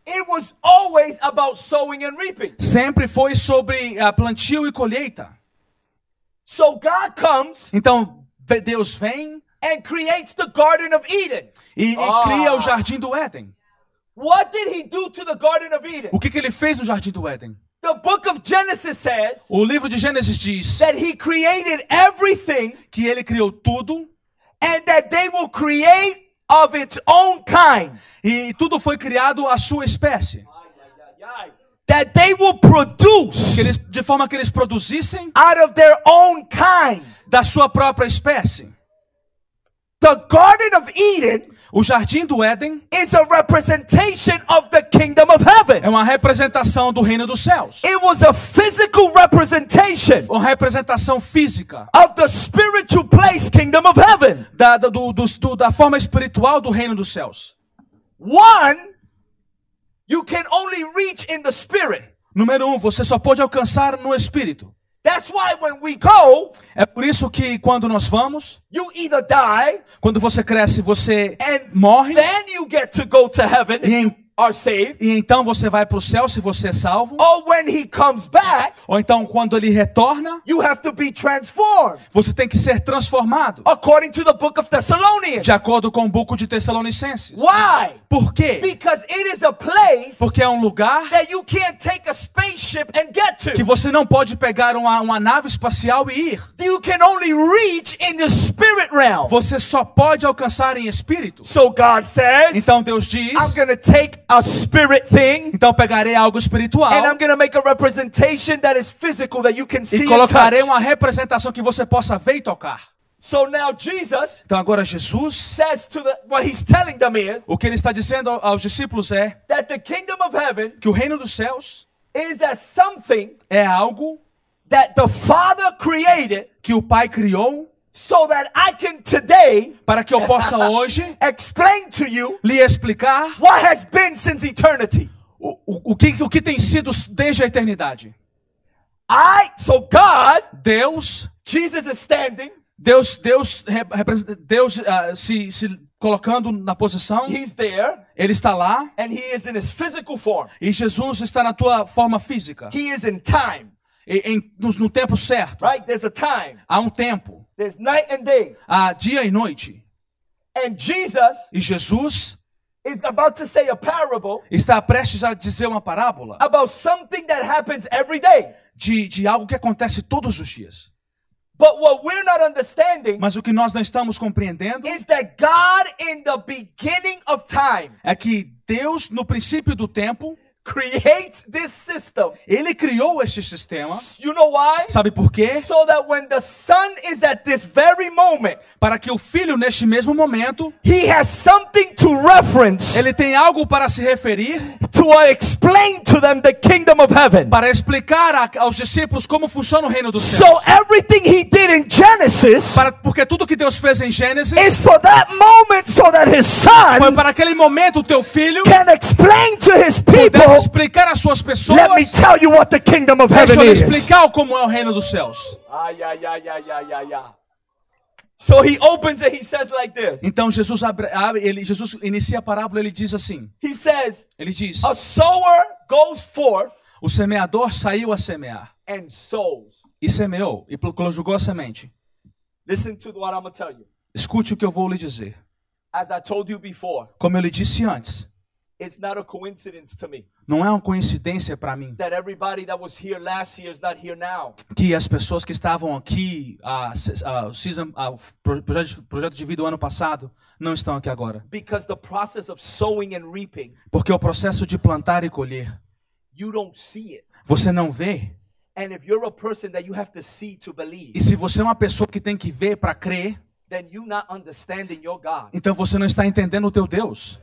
It was always about sowing and reaping. Sempre foi sobre ah, plantio e colheita. So God comes Então, ve- Deus vem and creates the Garden of Eden. e, e Ah. cria o jardim do Éden. What did he do to the Garden of Eden? O que, que ele fez no jardim do Éden? The book of Genesis says O livro de Gênesis diz that he created everything que ele criou tudo and that they will create of its own kind. e tudo foi criado à sua espécie. That they will Que produce eles- de forma que eles produzissem out of their own kind. da sua própria espécie. The Garden of Eden O jardim do Éden is a representation of the kingdom of heaven. é uma representação do reino dos céus. It was a physical representation Uma representação física of the spiritual place, kingdom of heaven. da- da, da- do- dos- do- da forma espiritual do reino dos céus. One, you can only reach in the spirit. Número um, você só pode alcançar no espírito. That's why when we go, É por isso que quando nós vamos, you either die quando você cresce, você and morre then you get to go to heaven if e, em- you are saved, e então você vai para o céu se você é salvo. or when he comes back, Ou então quando ele retorna, you have to be transformed você tem que ser transformado, according to the book of Thessalonians. de acordo com o buco de Tessalonicenses. Why? Por quê? Because it is a place Porque é um lugar that you can't take a spaceship and get que to. você não pode pegar uma, uma nave espacial e ir. You can only reach in the spirit realm. Você só pode alcançar em espírito. So God says, Então Deus I'm diz: going to take a spirit thing então pegarei algo and I'm espiritual going to make a representation that is physical that you can see e and colocarei touch. uma representação que você possa ver e tocar. So now Jesus Então agora Jesus, says to the what he's telling them is o que ele está dizendo ao- aos discípulos é that the kingdom of heaven que o reino dos céus is as something é algo that the Father created que o Pai criou so that I can today para que eu possa hoje explain to you lhe explicar what has been since eternity. o, o, o que, o que tem sido desde a eternidade. I so God, Deus, Jesus is standing, Deus, Deus, re- representa- Deus ah, se, se colocando na posição, he's there, ele está lá and he is in his physical form. e Jesus está na tua forma física, He is in time, e- em- no, no tempo certo. right? There's a time. Há um tempo, There's night and day. há dia e noite. And Jesus E Jesus is about to say a parable está prestes a dizer uma parábola about something that happens every day. de, de algo que acontece todos os dias. But what we're not understanding Mas o que nós não estamos compreendendo is that God, in the beginning of time, é que Deus, no princípio do tempo, creates this system. ele criou este sistema. You know why? Sabe por quê? So that when the Son is at this very moment, Para que o filho, neste mesmo momento, he has something to reference ele tem algo para se referir, to uh, explain to them the kingdom of heaven. para explicar a- aos discípulos como funciona o reino dos So é- céus. everything he did in Genesis Para, porque tudo que Deus fez em Gênesis is for that moment so that his foi son para aquele momento o teu filho can explain to his pudesse people. explicar às suas pessoas. Let me tell you what the kingdom of Deixa heaven eu lhe is. explicar como é o reino dos céus. Ay, ay, ay, ay, ay, ay, ay. So he opens it, he says like this. Então Jesus abre, abre- ele, Jesus inicia a parábola, ele diz assim, He says, ele diz, A sower goes forth o semeador saiu a semear and sows. e semeou e conjugou a semente. Listen to what I'm gonna tell you. Escute o que eu vou lhe dizer. As I told you before, Como eu lhe disse antes, it's not a coincidence to me não é uma coincidência para mim that everybody that was here last year is not here now. que as pessoas que estavam aqui, a, se- a, o season, a, o pro- projeto, de- projeto de vida do ano passado, não estão aqui agora. Because the process of sowing and reaping, Porque o processo de plantar e colher, you don't see it. você não vê. And if you're a person that you have to see to believe, E se você é uma pessoa que tem que ver para crer, then you're not understanding your God. então você não está entendendo o teu Deus.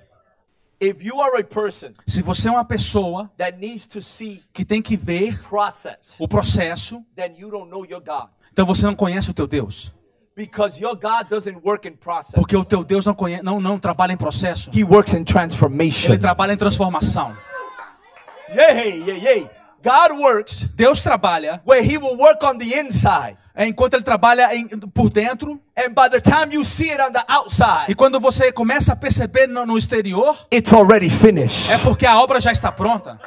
If you are a person Se você é uma pessoa that needs to see que tem que ver process, o processo, then you don't know your God. então você não conhece o teu Deus. Because your God doesn't work in process. Porque o teu Deus não, conhece, não, não trabalha em processo, He works in ele transformation. trabalha em transformação. Yeah, yeah, yeah. God works Deus trabalha where he will work on the inside. é, enquanto ele trabalha em- por dentro And by the time you see it on the E outside, quando você começa a perceber no, no exterior, it's already finished. é porque a obra já está pronta.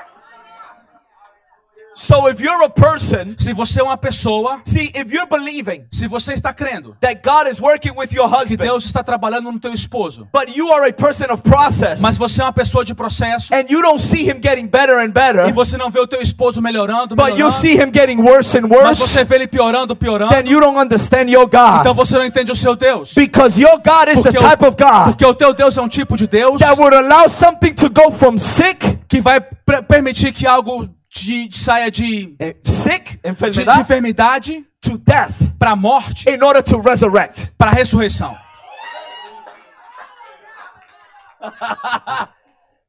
So if you're a person, Se você é uma pessoa, see, if you're believing se você está crendo that God is working with your que husband, Deus está trabalhando no teu esposo, but you are a person of process, mas você é uma pessoa de processo and you don't see him getting better and e better, você não vê o teu esposo melhorando, but you melhorando, see him getting worse and mas você worse, vê ele piorando, piorando, then you don't understand your então God. você não entende o seu Deus. Because your God is the Porque type of o, God porque o teu Deus é um tipo de Deus that would allow something to go from sick, que vai pre- permitir que algo de, de- saia de, eh, sick, de, de enfermedad, enfermidade to death para a morte, in order to resurrect. para a ressurreição.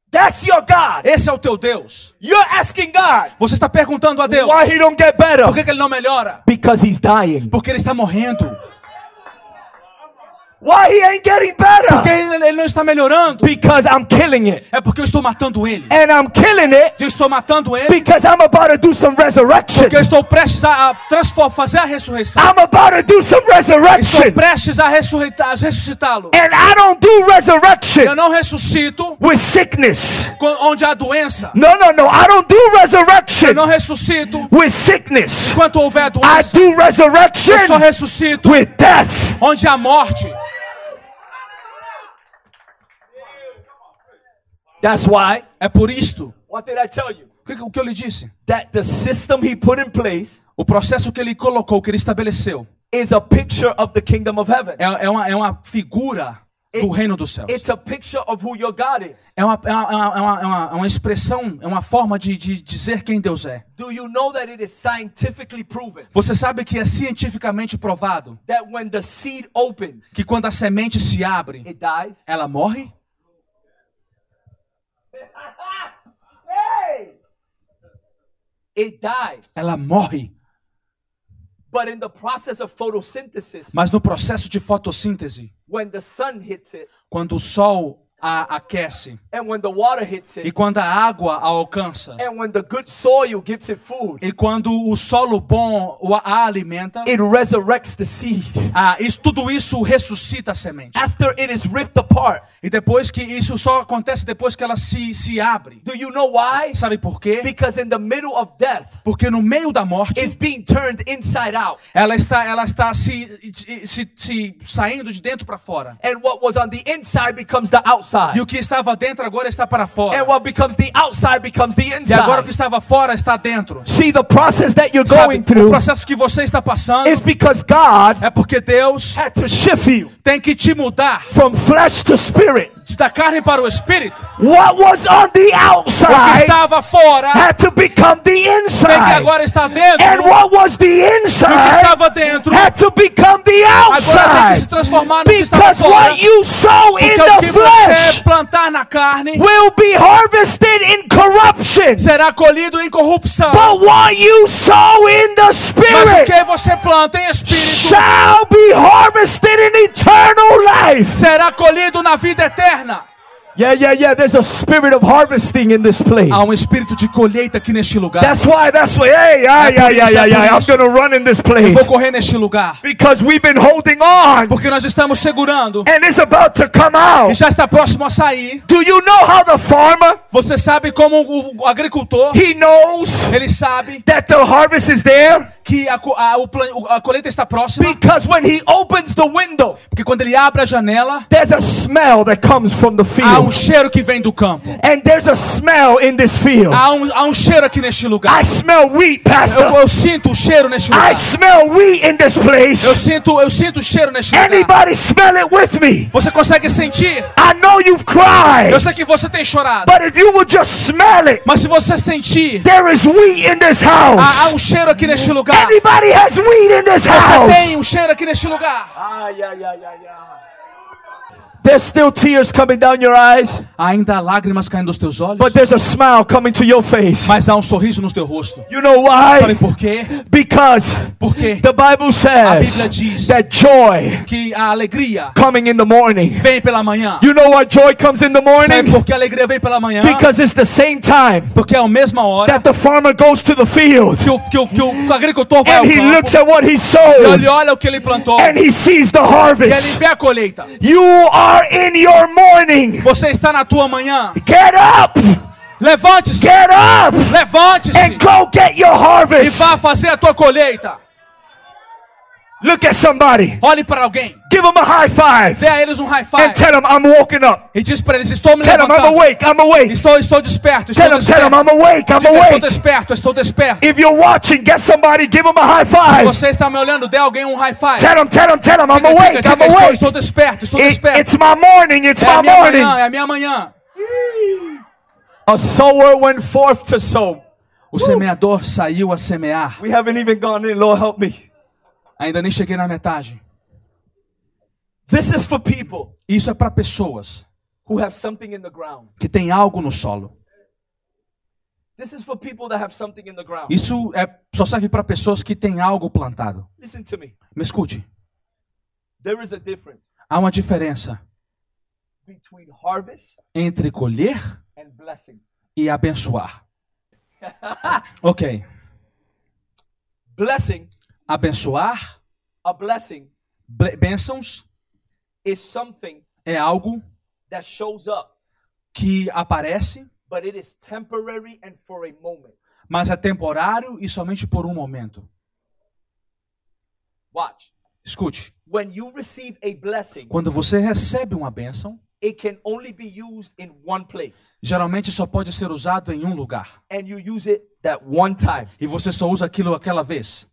That's your God. Esse é o teu Deus. You're asking God Você está perguntando a Deus. why he don't get better. Por que, que ele não melhora? Because he's dying. Porque ele está morrendo. Why he ain't getting Porque better? ele ele não está melhorando. Because I'm killing it. É porque eu estou matando ele. And I'm killing it Eu estou matando ele. because I'm about to do some resurrection. Porque eu estou prestes a a transfor- fazer a ressurreição. I'm about to do some Estou resurrection. prestes a ressurreita- a ressuscitá-lo. And I don't do resurrection Eu não ressuscito with sickness. co- onde há doença. No, no, no. I don't do resurrection Eu não ressuscito with sickness. enquanto houver I doença. do resurrection Eu só ressuscito with death. onde há morte. That's why. É por isto. What did I tell you? O que, o que eu lhe disse? That the system he put in place O processo que ele colocou, que ele estabeleceu, is a picture of the kingdom of heaven. é, é uma, é uma figura do It- reino dos céus. It's a picture of who your God is. É uma, é uma, é uma- é uma, é uma, é uma expressão, é uma forma de, de dizer quem Deus é. Do you know that it is scientifically proven Você sabe que é cientificamente provado that when the seed opens, que quando a semente se abre, it dies? ela morre? It dies. Ela morre. But in the process of photosynthesis, Mas no processo de fotossíntese, when the sun hits it quando o sol a aquece and when the water hits e it quando a água a alcança and when the good soil gives it food, e quando o solo bom o- a alimenta, it resurrects the seed. ah, isso, tudo isso ressuscita a semente. After it is ripped apart, E depois que isso só acontece depois que ela se, se abre. do you know why? Sabe por quê? Because in the middle of death, Porque no meio da morte, it's being turned inside out. ela está, ela está se, se, se saindo de dentro para fora. And what was on the inside becomes the outside. E o que estava dentro agora está para And fora. what becomes the É outside becomes the E agora o inside. que estava fora está dentro. See, the process that you're Sabe, going o through processo que você está passando is because God é porque Deus had to shift you tem que te mudar from flesh to spirit. da carne para o espírito. What was on the O que outside estava fora had to become the tem que inside. agora está dentro. And what was the O que inside estava dentro had to become the agora tem que se outside. transformar no que estava Because fora. what you sow in Porque é o the que você flesh plantar na carne will be harvested in corruption. será colhido em corrupção. But what you sow in the Mas o spirit que você planta em espírito shall be harvested in eternal life. será colhido na vida eterna. Yeah, yeah, yeah. There's a spirit of harvesting in this place. Há um espírito de colheita aqui neste lugar. That's why, that's why. Hey, yeah, yeah, yeah, yeah, yeah. I'm going to run in this place. Vou correr neste lugar. Because we've been holding on Porque nós estamos segurando and it's about to come out. e já está próximo a sair. Do you know how the farmer Você sabe como o o agricultor, he knows ele sabe that the harvest is there? que a, co- a, o plan- o- a colheita está próxima. Because when he opens the window, Porque quando ele abre a janela, there's a smell that comes from the há um field. cheiro que vem do campo. And there's a smell in this field. Há um, há um cheiro aqui neste I lugar. smell wheat, Pastor. Eu, eu sinto o cheiro neste I lugar. smell wheat in this Eu place. sinto, eu sinto o cheiro neste lugar. Anybody smell it with me? Você consegue sentir? I know you've cried, Eu sei que você tem chorado. but if you would just smell it, Mas se você sentir, there is wheat in this há, há house. um cheiro aqui neste lugar. Anybody has wheat in this Você tem house. um cheiro aqui neste lugar. There's still tears coming down your eyes, Ainda há lágrimas caindo dos teus olhos, but there's a smile coming to your face. mas há um sorriso no teu rosto. You know Sabe why? por quê? Because Porque the Bible Bíblia diz- says that joy que a alegria coming in the morning. vem pela manhã. You know why joy comes in the Sabe morning? por que a alegria vem pela manhã? Because it's the same time Porque é a mesma hora that the farmer goes to the field que o, que o, que o agricultor vai ao and he looks campo, at what he e sowed ele olha o que ele plantou, and e he sees the ele harvest. vê a colheita. You are in your morning. Você está na tua manhã. Get up! Levante-se! Get up! Levante-se! And go get your E harvest. vá fazer a tua colheita. Look at somebody. Olhe para alguém. Give them a high five Dê a eles um high and five. tell them I'm walking up. E diz para eles, estou me Tell them I'm levantando. awake. I'm awake. Estou, estou desperto. Estou Tell them, tell desperto. them I'm awake. I'm Diga, estou awake. desperto. Estou desperto. If you're watching, get somebody. Give them a high five. Você está me olhando, dê alguém um high five. Tell them, tell them, tell them I'm Diga, diga, awake. diga, I'm estou, awake. estou desperto. Estou It- desperto. it's my morning. It's É a my minha morning. manhã. É a minha manhã. A sower went forth to sow. O semeador saiu a semear. We haven't even gone in. Lord, help me. Ainda nem cheguei na metade. This is for people Isso é para pessoas who have something in the ground. que têm algo no solo. This is for people that have something in the ground. Isso é, só serve para pessoas que têm algo plantado. Listen to me. Me escute. There is a difference. Há uma diferença between harvest entre colher and blessing. e abençoar. ok. Blessing, Abençoar, a blessing ble- bênçãos, is something é algo that shows up, que aparece, but it is temporary and for a moment. mas é temporário e somente por um momento. Watch. Escute, When you receive a blessing, quando você recebe uma bênção, it can only be used in one place, geralmente só pode ser usado em um lugar. and you use it that one time. E você só usa aquilo aquela vez.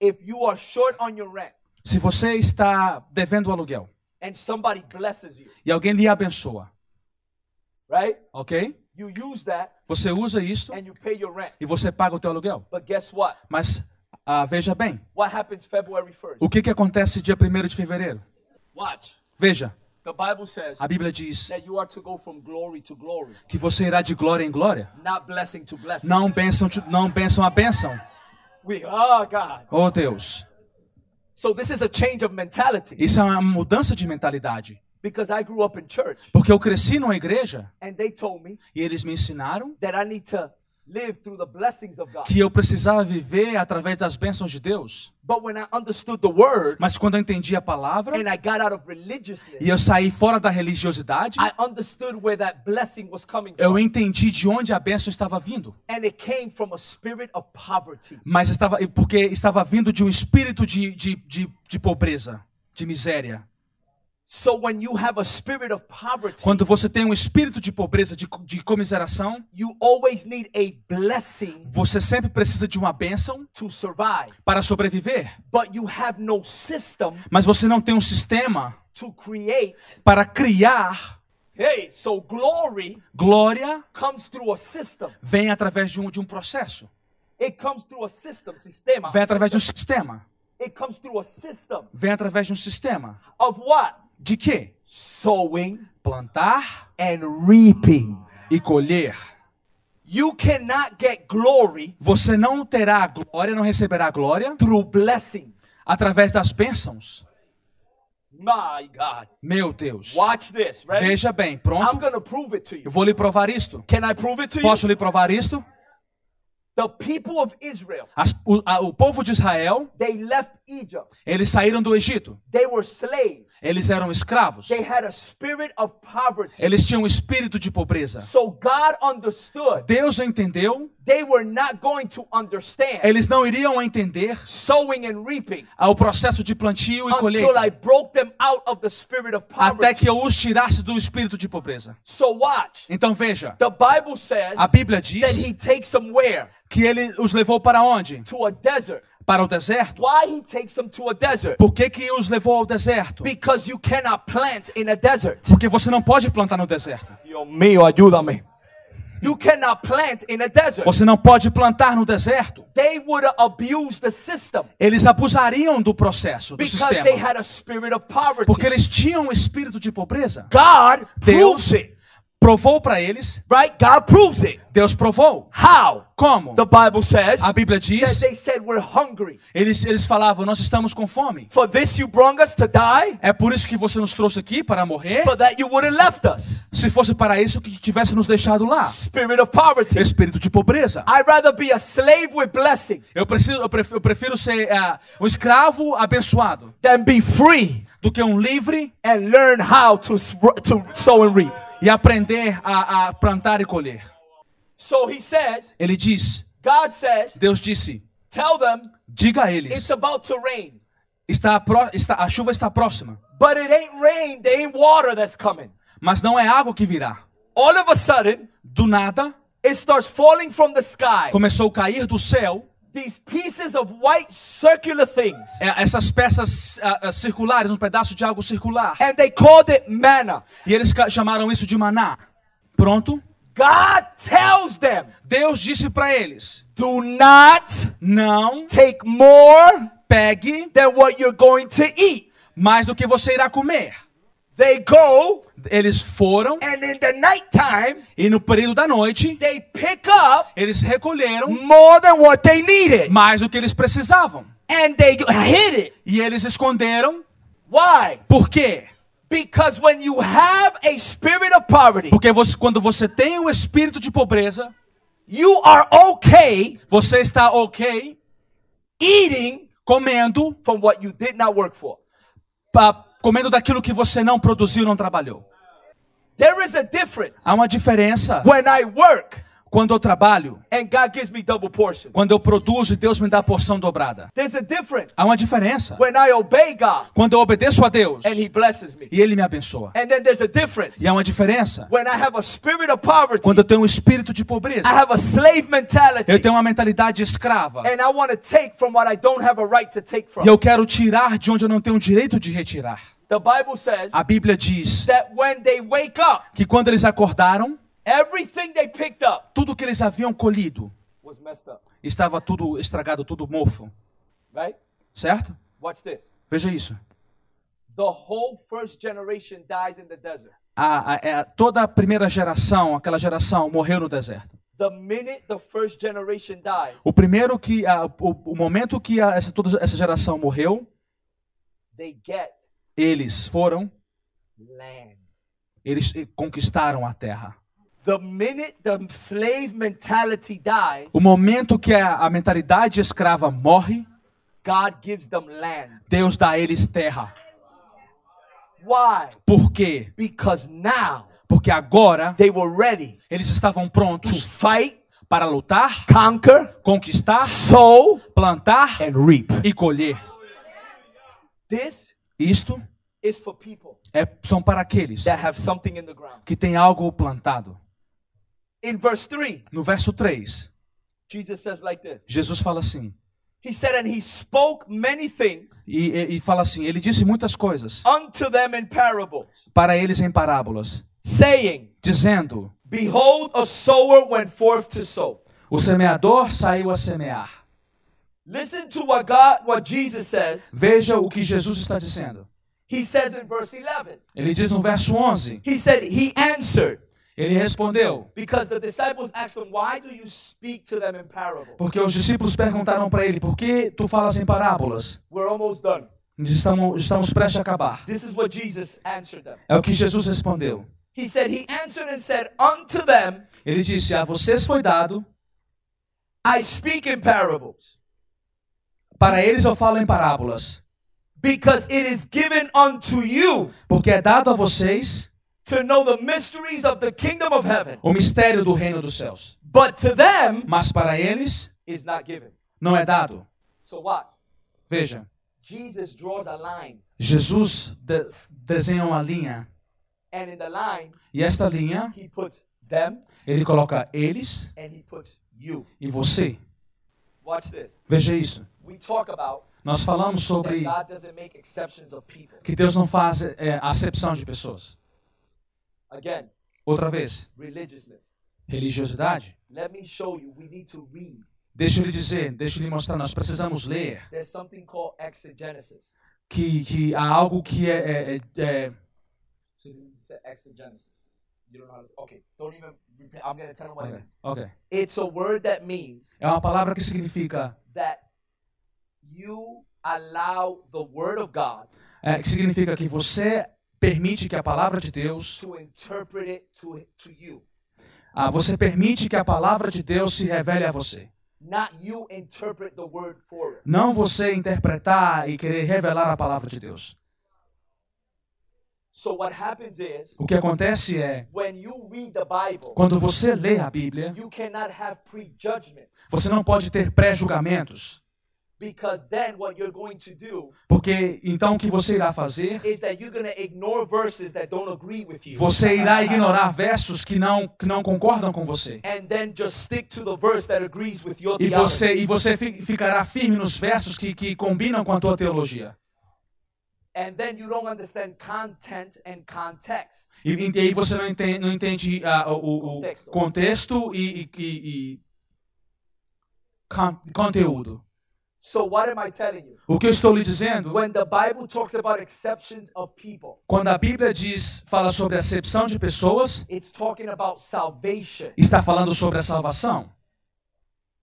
If you are short on your rent Se você está devendo o aluguel and somebody blesses you, e alguém lhe abençoa, right? ok? You use that Você usa isto and you pay your rent. e você paga o teu aluguel. But guess what? Mas ah, veja bem, What happens February 1st? o que, que acontece dia 1 de fevereiro? Watch. Veja, The Bible says a Bíblia diz that you are to go from glory to glory, que você irá de glória em glória. not blessing to blessing. Não benção, de- não benção a benção. We oh God. Oh Deus, So this is a change of mentality isso é uma mudança de mentalidade. because I grew up in church Porque eu cresci numa igreja and they told me e eles me ensinaram that I need to live through the blessings of God. que eu precisava viver através das bênçãos de Deus. But when I understood the word Mas quando eu entendi a palavra and I got out of e religiousness, eu saí fora da religiosidade, I understood where that blessing was coming eu from. entendi de onde a bênção estava vindo. And it came from a spirit of poverty. Mas estava porque estava vindo de um espírito de, de, de, de pobreza, de miséria. So when you have a spirit of poverty, Quando você tem um espírito de pobreza, de, co- de comiseração, you always need a blessing você sempre precisa de uma bênção to survive. para sobreviver. But you have no system Mas você não tem um sistema to create. para criar Hey, so glory glória comes through a system. vem através de um, de um processo, It comes through a system, sistema. vem através de um system. sistema, It comes through a system vem através de um sistema. of what? De quê? Sowing Plantar and reaping. e colher. You cannot get glory Você não terá a glória, não receberá a glória through blessings. através das bênçãos. My God. Meu Deus. Watch this, right? Veja bem, I'm pronto? going to prove it to Eu you. vou lhe provar isto. Can I prove it to you? Posso lhe provar isto? The people of Israel, As- o, a- o povo de Israel, they left Egypt. eles saíram do Egito. They were slaves. Eles eram escravos. They had a spirit of poverty. Eles tinham um espírito de pobreza. So God understood Deus entendeu, they were not going to understand eles não iriam entender sowing and reaping ao processo de plantio e until I colheita broke them out of the spirit of até poverty. que eu os tirasse do espírito de pobreza. So watch. Então veja, The Bible says a Bíblia that he diz takes them where? que ele os levou para onde? To a desert. Para o deserto. Why he takes them to a desert? Por que, que os levou ao deserto? Because you cannot plant in a desert. Porque você não pode plantar no deserto. Dios mío, ayúdame. You cannot plant in a desert. Você não pode plantar no deserto. They would abuse the system Eles abusariam do processo, do because they sistema. had a spirit of poverty. Porque eles tinham um espírito de pobreza. God Deus proves it, provou para eles. right? God proves it. Deus provou. How? Como? The Bible says A Bíblia that diz. they said we're hungry. Eles, eles falavam, nós estamos com fome. For this you brought us to die, É por isso que você nos trouxe aqui para morrer. for that you would have left us. Se fosse para isso que tivesse nos deixado lá. Spirit of poverty. Espírito de pobreza. I'd rather be a slave with blessing Eu, preciso, eu, prefiro, eu prefiro ser ah, um escravo abençoado than be free do que um livre and learn how to, s- to sow and reap. e aprender a, a plantar e colher. So he says, Ele diz, God says, Deus disse, tell them diga a it's eles, about to rain. está, pró- está- a chuva está próxima, But it ain't rain, there ain't water that's coming. mas não é água que virá. All of a sudden, Do nada, it starts falling from the sky. começou a cair do céu These pieces of white circular things. é, essas peças ah, ah, circulares, um pedaço de algo circular. And they called it manna. E eles ca- chamaram isso de maná. Pronto? God tells them, Deus disse para eles: do not não take more pegue than what you're going to eat. mais do que você irá comer. They go, Eles foram and in the nighttime, e no período da noite they pick up eles recolheram more than what they needed. mais do que eles precisavam. And they hid it. E eles esconderam Why? Por quê? Because when you have a spirit of poverty, Porque você, quando você tem o espírito de pobreza, you are okay você está ok eating comendo, from what you did not work for. pa- comendo daquilo que você não produziu, não trabalhou. There is a difference Há uma diferença when I work quando eu trabalho, and God gives me double portion. quando eu produzo e Deus me dá a porção dobrada. There's a difference Há uma diferença when I obey God quando eu obedeço a Deus and He blesses me. e Ele me abençoa. And then there's a difference E há uma diferença when I have a spirit of poverty. quando eu tenho um espírito de pobreza. I have a slave mentality Eu tenho uma mentalidade escrava. and I want to take from what I don't have a right to take from. E eu quero tirar de onde eu não tenho direito de retirar. The Bible says A Bíblia diz that when they wake up, que quando eles acordaram, everything they picked up tudo que eles haviam colhido was messed up, estava tudo estragado, tudo mofo, right? certo? Watch this. Veja isso. The whole first generation dies in the desert. A, a- é a- toda a primeira geração, aquela geração, morreu no deserto. The minute the first generation dies, O primeiro que, a- o, o momento que a- essa, toda essa geração morreu, they get eles foram, land. eles eh, conquistaram a terra. The minute the slave mentality dies, O momento que a, a mentalidade escrava morre, God gives them land. Deus dá a eles terra. Why? Por quê? Because now Porque agora they were ready eles estavam to prontos fight, para lutar, conquer, conquistar, sow, plantar and reap. e colher. This Isto is for people é, são para aqueles that have something in the ground. que têm algo plantado. In verse 3, No verso 3, Jesus says like this Jesus fala assim, He said, And he spoke many things e, e- e fala assim, ele disse muitas coisas unto them in parables, para eles em parábolas, saying, dizendo, Behold, a sower went forth to sow. o semeador saiu a semear. Listen to what God, what Jesus says. Veja o que Jesus está dizendo. He says in verse 11, Ele diz no verso 11, He said, He answered, ele respondeu, because the disciples asked him, Why do you speak to them in parables? porque os discípulos perguntaram para ele, por que tu falas em parábolas? We're almost done. Estamos, estamos prestes a acabar. This is what Jesus answered them. É o que Jesus respondeu. He said, He answered and said, Unto them Ele disse: A vocês foi dado, I speak in parables, para eles eu falo em parábolas, because it is given unto you porque é dado a vocês to know the mysteries of the kingdom of heaven, o mistério do reino dos céus, but to them mas para eles is not given. não é dado. So watch. Veja, Jesus draws a line, Jesus de- desenha uma linha, and in the line, e esta linha he puts them ele coloca eles and he puts you. e você. Watch this. Veja isso. We talk about Nós falamos that sobre God doesn't make exceptions of people. que Deus não faz é, acepção de pessoas. Again, Outra vez, religiousness. religiosidade. Let me show you. We need to read. Deixa eu lhe dizer, deixa eu lhe mostrar, nós precisamos ler There's something called exegesis. que, que há algo que é, é- é- é- It's an exegesis. You don't know how to. Okay, don't even. repeat. I'm gonna tell them what it Ok, means. ok. It's a word that means É uma palavra que significa that you allow the word of God é, que significa que você permite que a palavra de Deus, to interpret it to to you, ah, você permite que a palavra de Deus se revele a você. not you interpret the word for it. Não você interpretar e querer revelar a palavra de Deus. So what happens is O que acontece é, when you read the Bible, quando você lê a Bíblia, you cannot have prejudgments você não pode ter pré-julgamentos, because then what you're going to do porque então o que você irá fazer? is that you're going to ignore verses that don't agree with you. Você irá ignorar versos que não que não concordam com você. and then just stick to the verse that agrees with your E theology. você, e você fi- ficará firme nos versos que, que combinam com a tua teologia. and then you don't understand content and context. E, e aí você não entende, não entende ah, o, o- Contexto. o contexto e, e- e- e con- conteúdo. So what am I telling you? O que eu estou lhe dizendo, é, When the Bible talks about exceptions of people, quando a Bíblia diz, fala sobre acepção de pessoas, it's talking about salvation. está falando sobre a salvação.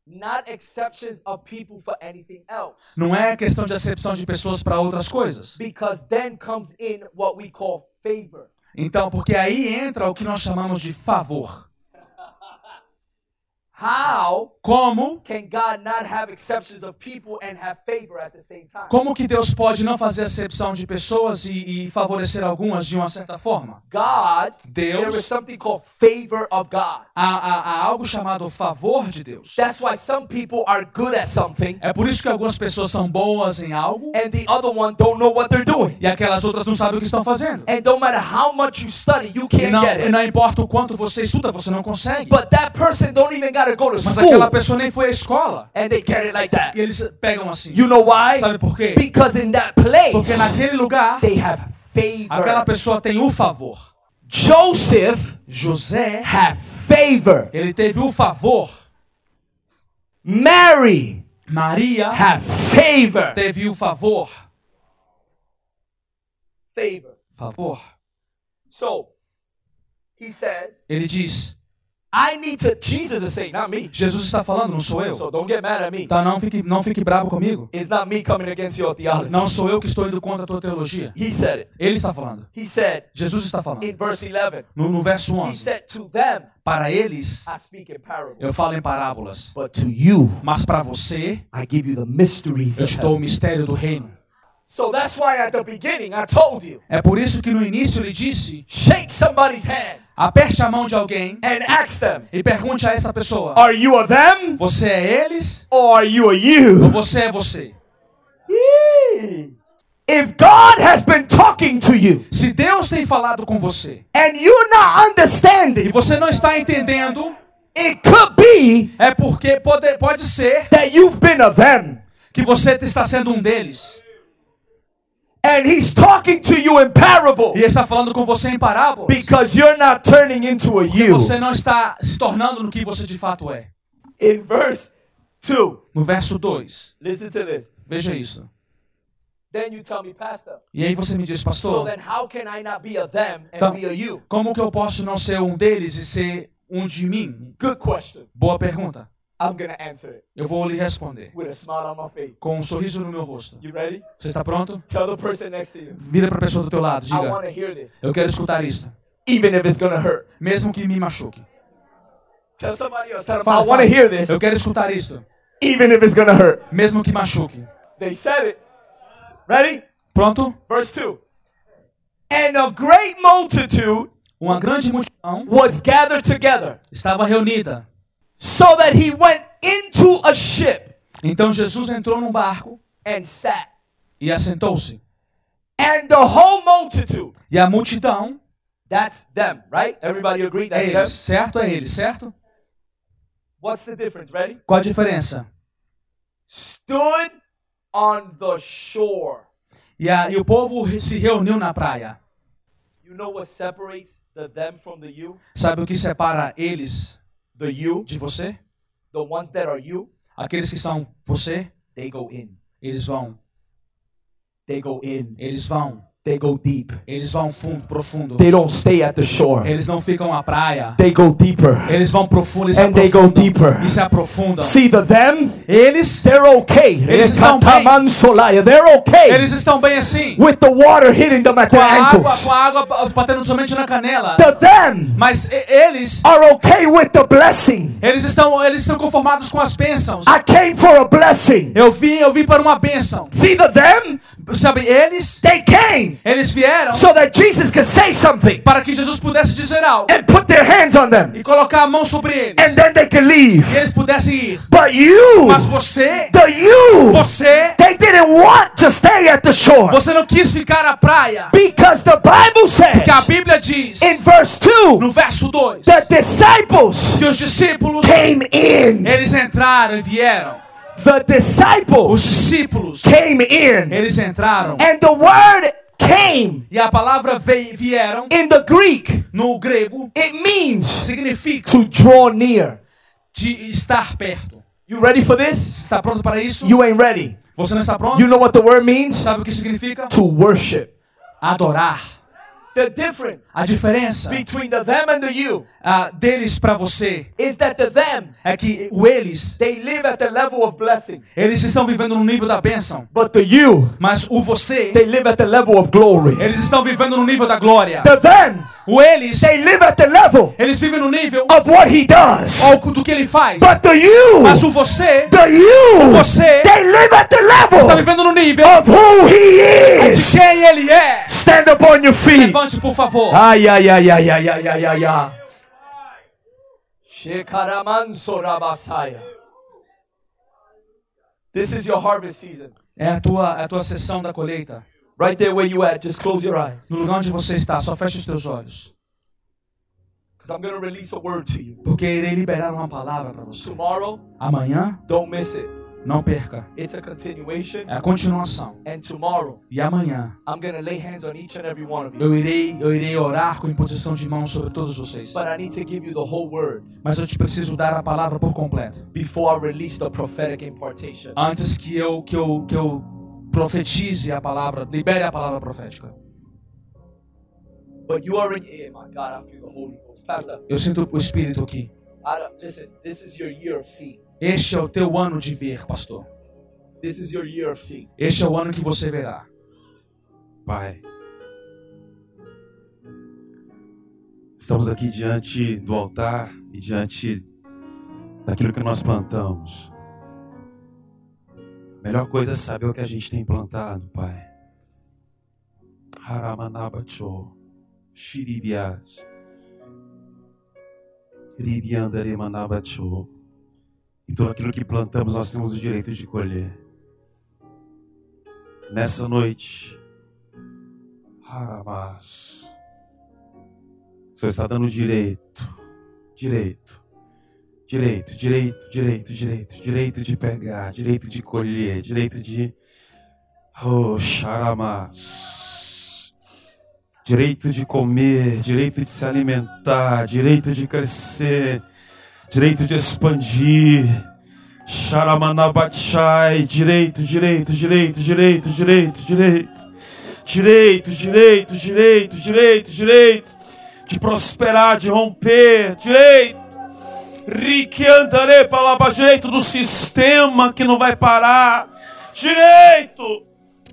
not exceptions of people for anything else. Não é questão de acepção de pessoas para outras coisas. Because then comes in what we call favor. Então, porque aí entra o que nós chamamos de favor. How Como? can God not have exceptions of people and have favor at the same time? Como que Deus pode não fazer acepção de pessoas e, e favorecer algumas de uma certa forma? God, Deus- there is something called favor of God. Há, há- há algo chamado favor de Deus. That's why some people are good at something É por isso que algumas pessoas são boas em algo and the other one don't know what they're doing. e aquelas outras não sabem o que estão fazendo. And don't matter how much you study, you E can't não, É. get e it. não importa o quanto você estuda, você não consegue. But that person don't even gotta go to Mas aquela school pessoa nem foi à escola. and they get it like that. E eles pegam assim. You know why? Sabe por quê? Because in that Porque place naquele lugar, they have aquela favor. pessoa tem o favor. Joseph José, had favor. ele teve o favor. Mary Maria had favor. teve o favor. Favor. Favor. So he says, Ele diz: I need to Jesus is saying, not me. Jesus está falando, não sou eu. So don't get mad at me. Então não fique, não fique bravo comigo. It's not me coming against your theology. Não sou eu que estou indo contra a tua teologia. He said it. Ele está falando. He said Jesus está falando. in verse 11, No, no verso he 11: said to them, Para eles I speak in parables. eu falo em parábolas, But to you, mas para você I give you the mysteries. eu of te heaven." dou o mistério do reino. So that's why at the beginning I told you, É por isso que no início ele disse: shake somebody's hand aperte a mão de alguém and ask them, e pergunte a essa pessoa: are you a them Você é eles or are you a ou you? você é você? Yee. If God has been talking to you Se Deus tem falado com você and you're not e understanding, você não está entendendo, it could be é porque pode, pode ser that you've been a them. que você está sendo um deles And he's talking to you in parable e está falando com você em parábolas. because you're not turning into a you. Você não está se tornando no que você de fato é. In verse 2, No verso 2, listen to this. veja isso. Then you tell me, Pastor. E aí você me diz, So pastor, then how can I not be a them and Então, be a you? como que eu posso não ser um deles e ser um de mim? Good question. Boa pergunta. I'm going to answer it Eu vou lhe responder with a smile on my face. com um sorriso no meu rosto. You ready? Você está pronto? Tell the person next to you. Vira para a pessoa do teu lado, I want diga. to hear this. Eu quero escutar isso, Even if it's going to hurt. mesmo que me machuque. Tell somebody else. Tell them, Fala, I want to fala. hear this. Eu quero escutar isso, Even if it's going to hurt. mesmo que machuque. They said it. Ready? Pronto? Verse 2. And a great multitude Uma grande multidão was gathered together, estava reunida. so that he went into a ship Então Jesus entrou num barco and sat. e assentou-se. And the whole multitude, E a multidão that's them, right? Everybody agree é that's ele, them? certo? É ele, certo? What's the difference? Ready? Qual a diferença? Stood on the shore. E, a- e o povo re- se reuniu na praia. You know what separates the them from the you? Sabe o que separa eles The you, de você? the ones that are you, Aqueles que são você, they go in. eles vão, They go in. eles vão, They go deep. eles vão fundo, profundo. They don't stay at the shore. Eles não ficam à praia. They go deeper. Eles vão profundo e se And they go aprofundam. deeper. E se aprofundam. See the them? Eles, They're okay. Eles estão bem. Recatamansolaya. They're okay eles estão bem assim. with the water hitting them at Com their a água, ankles. com a água ba- batendo somente na canela. The them Mas e- eles, are okay with the blessing. eles estão, eles são conformados com as bênçãos. I came for a blessing. Eu vim, eu vim para uma bênção. See the them? Sabe, eles, They came eles vieram so that Jesus could say something para que Jesus pudesse dizer algo and put their hands on them. e colocar a mão sobre eles. And then they could E leave. eles pudessem ir. But you, Mas você, the you, você, they didn't want to stay at the shore você não quis ficar à praia. because the Bible Que a says Bíblia diz in verse 2 no verso 2 the disciples que os discípulos came in. Eles entraram e vieram. The Os disciples discípulos, came in. eles entraram. And the word came E a palavra veio, vieram in the Greek, no grego it means significa to draw near. de estar perto. You ready for this? Está pronto para isso? You ain't ready. Você não está pronto? You know what the word means? Sabe o que significa? To worship. Adorar. The difference A diferença between the them and the you ah, deles para você is that the them, é que o eles, they live at the level of blessing. eles estão vivendo no nível da bênção, But the you, mas o você, they live at the level of glory. eles estão vivendo no nível da glória. The them, O eles, they live at the level eles vivem no nível of what he does. ou do que ele faz, But the you, mas o você the you, você they live at the está level vivendo no nível of who he de is. quem ele é. Stand up on your feet. Ah, Levante, por favor. Ay, ay, ay, ay, ay, ay, ay, ay, ay. Shekaraman sorabasaya. This is your harvest season. É a tua, é a tua sessão da colheita. Right there where you at, just close your eyes. No lugar onde você está, só feche os teus olhos. Because I'm going to release a word to you. Porque irei liberar uma palavra para você. Tomorrow, Amanhã, don't miss it. não perca. It's a continuation. É a continuação. And tomorrow, E amanhã, I'm going to lay hands on each and every one of you. eu irei, eu irei orar com imposição de mãos sobre todos vocês. But I need to give you the whole word Mas eu te preciso dar a palavra por completo. before I release the prophetic impartation. Antes que eu, que eu, que eu profetize a palavra, libere a palavra profética. But you already, oh my God, I feel the Holy Ghost. Pastor, Eu sinto o Espírito aqui. I don't, listen, this is your year of seed. Este é o teu ano de ver, pastor. This is your year of seed. Este é o ano que você verá. Pai, estamos aqui diante do altar e diante daquilo que nós plantamos. A melhor coisa é saber o que a gente tem plantado, Pai. Haramanabacho, Shiribias, Ribiandarimanabacho. E tudo aquilo que plantamos nós temos o direito de colher. Nessa noite, Hamas. O Senhor está dando direito, direito, direito, direito, direito, direito, direito de pegar, direito de colher, direito de. Oh, Xaramás. Direito de comer, direito de se alimentar, direito de crescer, direito de expandir. Xaramanabatchai, direito, direito, direito, direito, direito, direito direito, direito, direito, direito, direito, de prosperar, de romper, direito. Rique andarei palavra direito do sistema que não vai parar. Direito.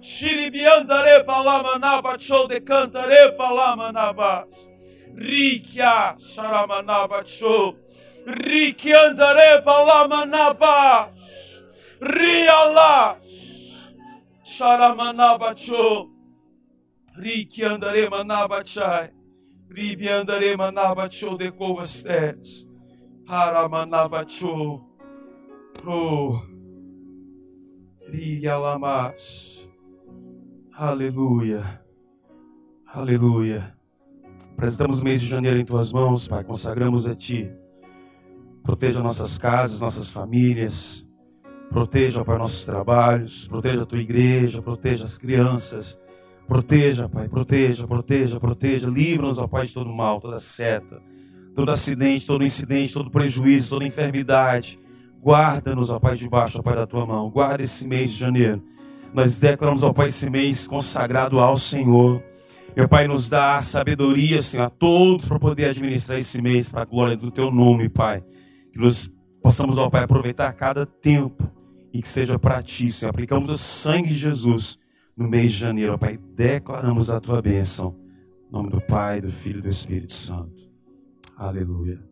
Xiribi andarei palavra naba, show de cantarei palavra naba. Rikia sharamanaba show. Rique andarei palavra naba. Riala. Sharamanaba show. Riki andarema nabachai. Ribi andarema nabacho de covastes. Haramanabacho. Oh. Rialamas. Aleluia. Aleluia. Apresentamos o mês de janeiro em tuas mãos, Pai. Consagramos a Ti. Proteja nossas casas, nossas famílias. Proteja, Pai, nossos trabalhos. Proteja a Tua igreja. Proteja as crianças. Proteja, Pai, proteja, proteja, proteja. Livra-nos, ó Pai, de todo mal, toda seta, todo acidente, todo incidente, todo prejuízo, toda enfermidade. Guarda-nos, ó Pai, debaixo, ó Pai, da Tua mão. Guarda esse mês de janeiro. Nós declaramos, ó Pai, esse mês consagrado ao Senhor. Meu Pai, nos dá sabedoria, Senhor, a todos para poder administrar esse mês para a glória do Teu nome, Pai. Que nós possamos, ó Pai, aproveitar cada tempo e que seja para Ti, Senhor. Aplicamos o sangue de Jesus no mês de janeiro, ó Pai, declaramos a tua bênção. Em nome do Pai, do Filho e do Espírito Santo. Aleluia.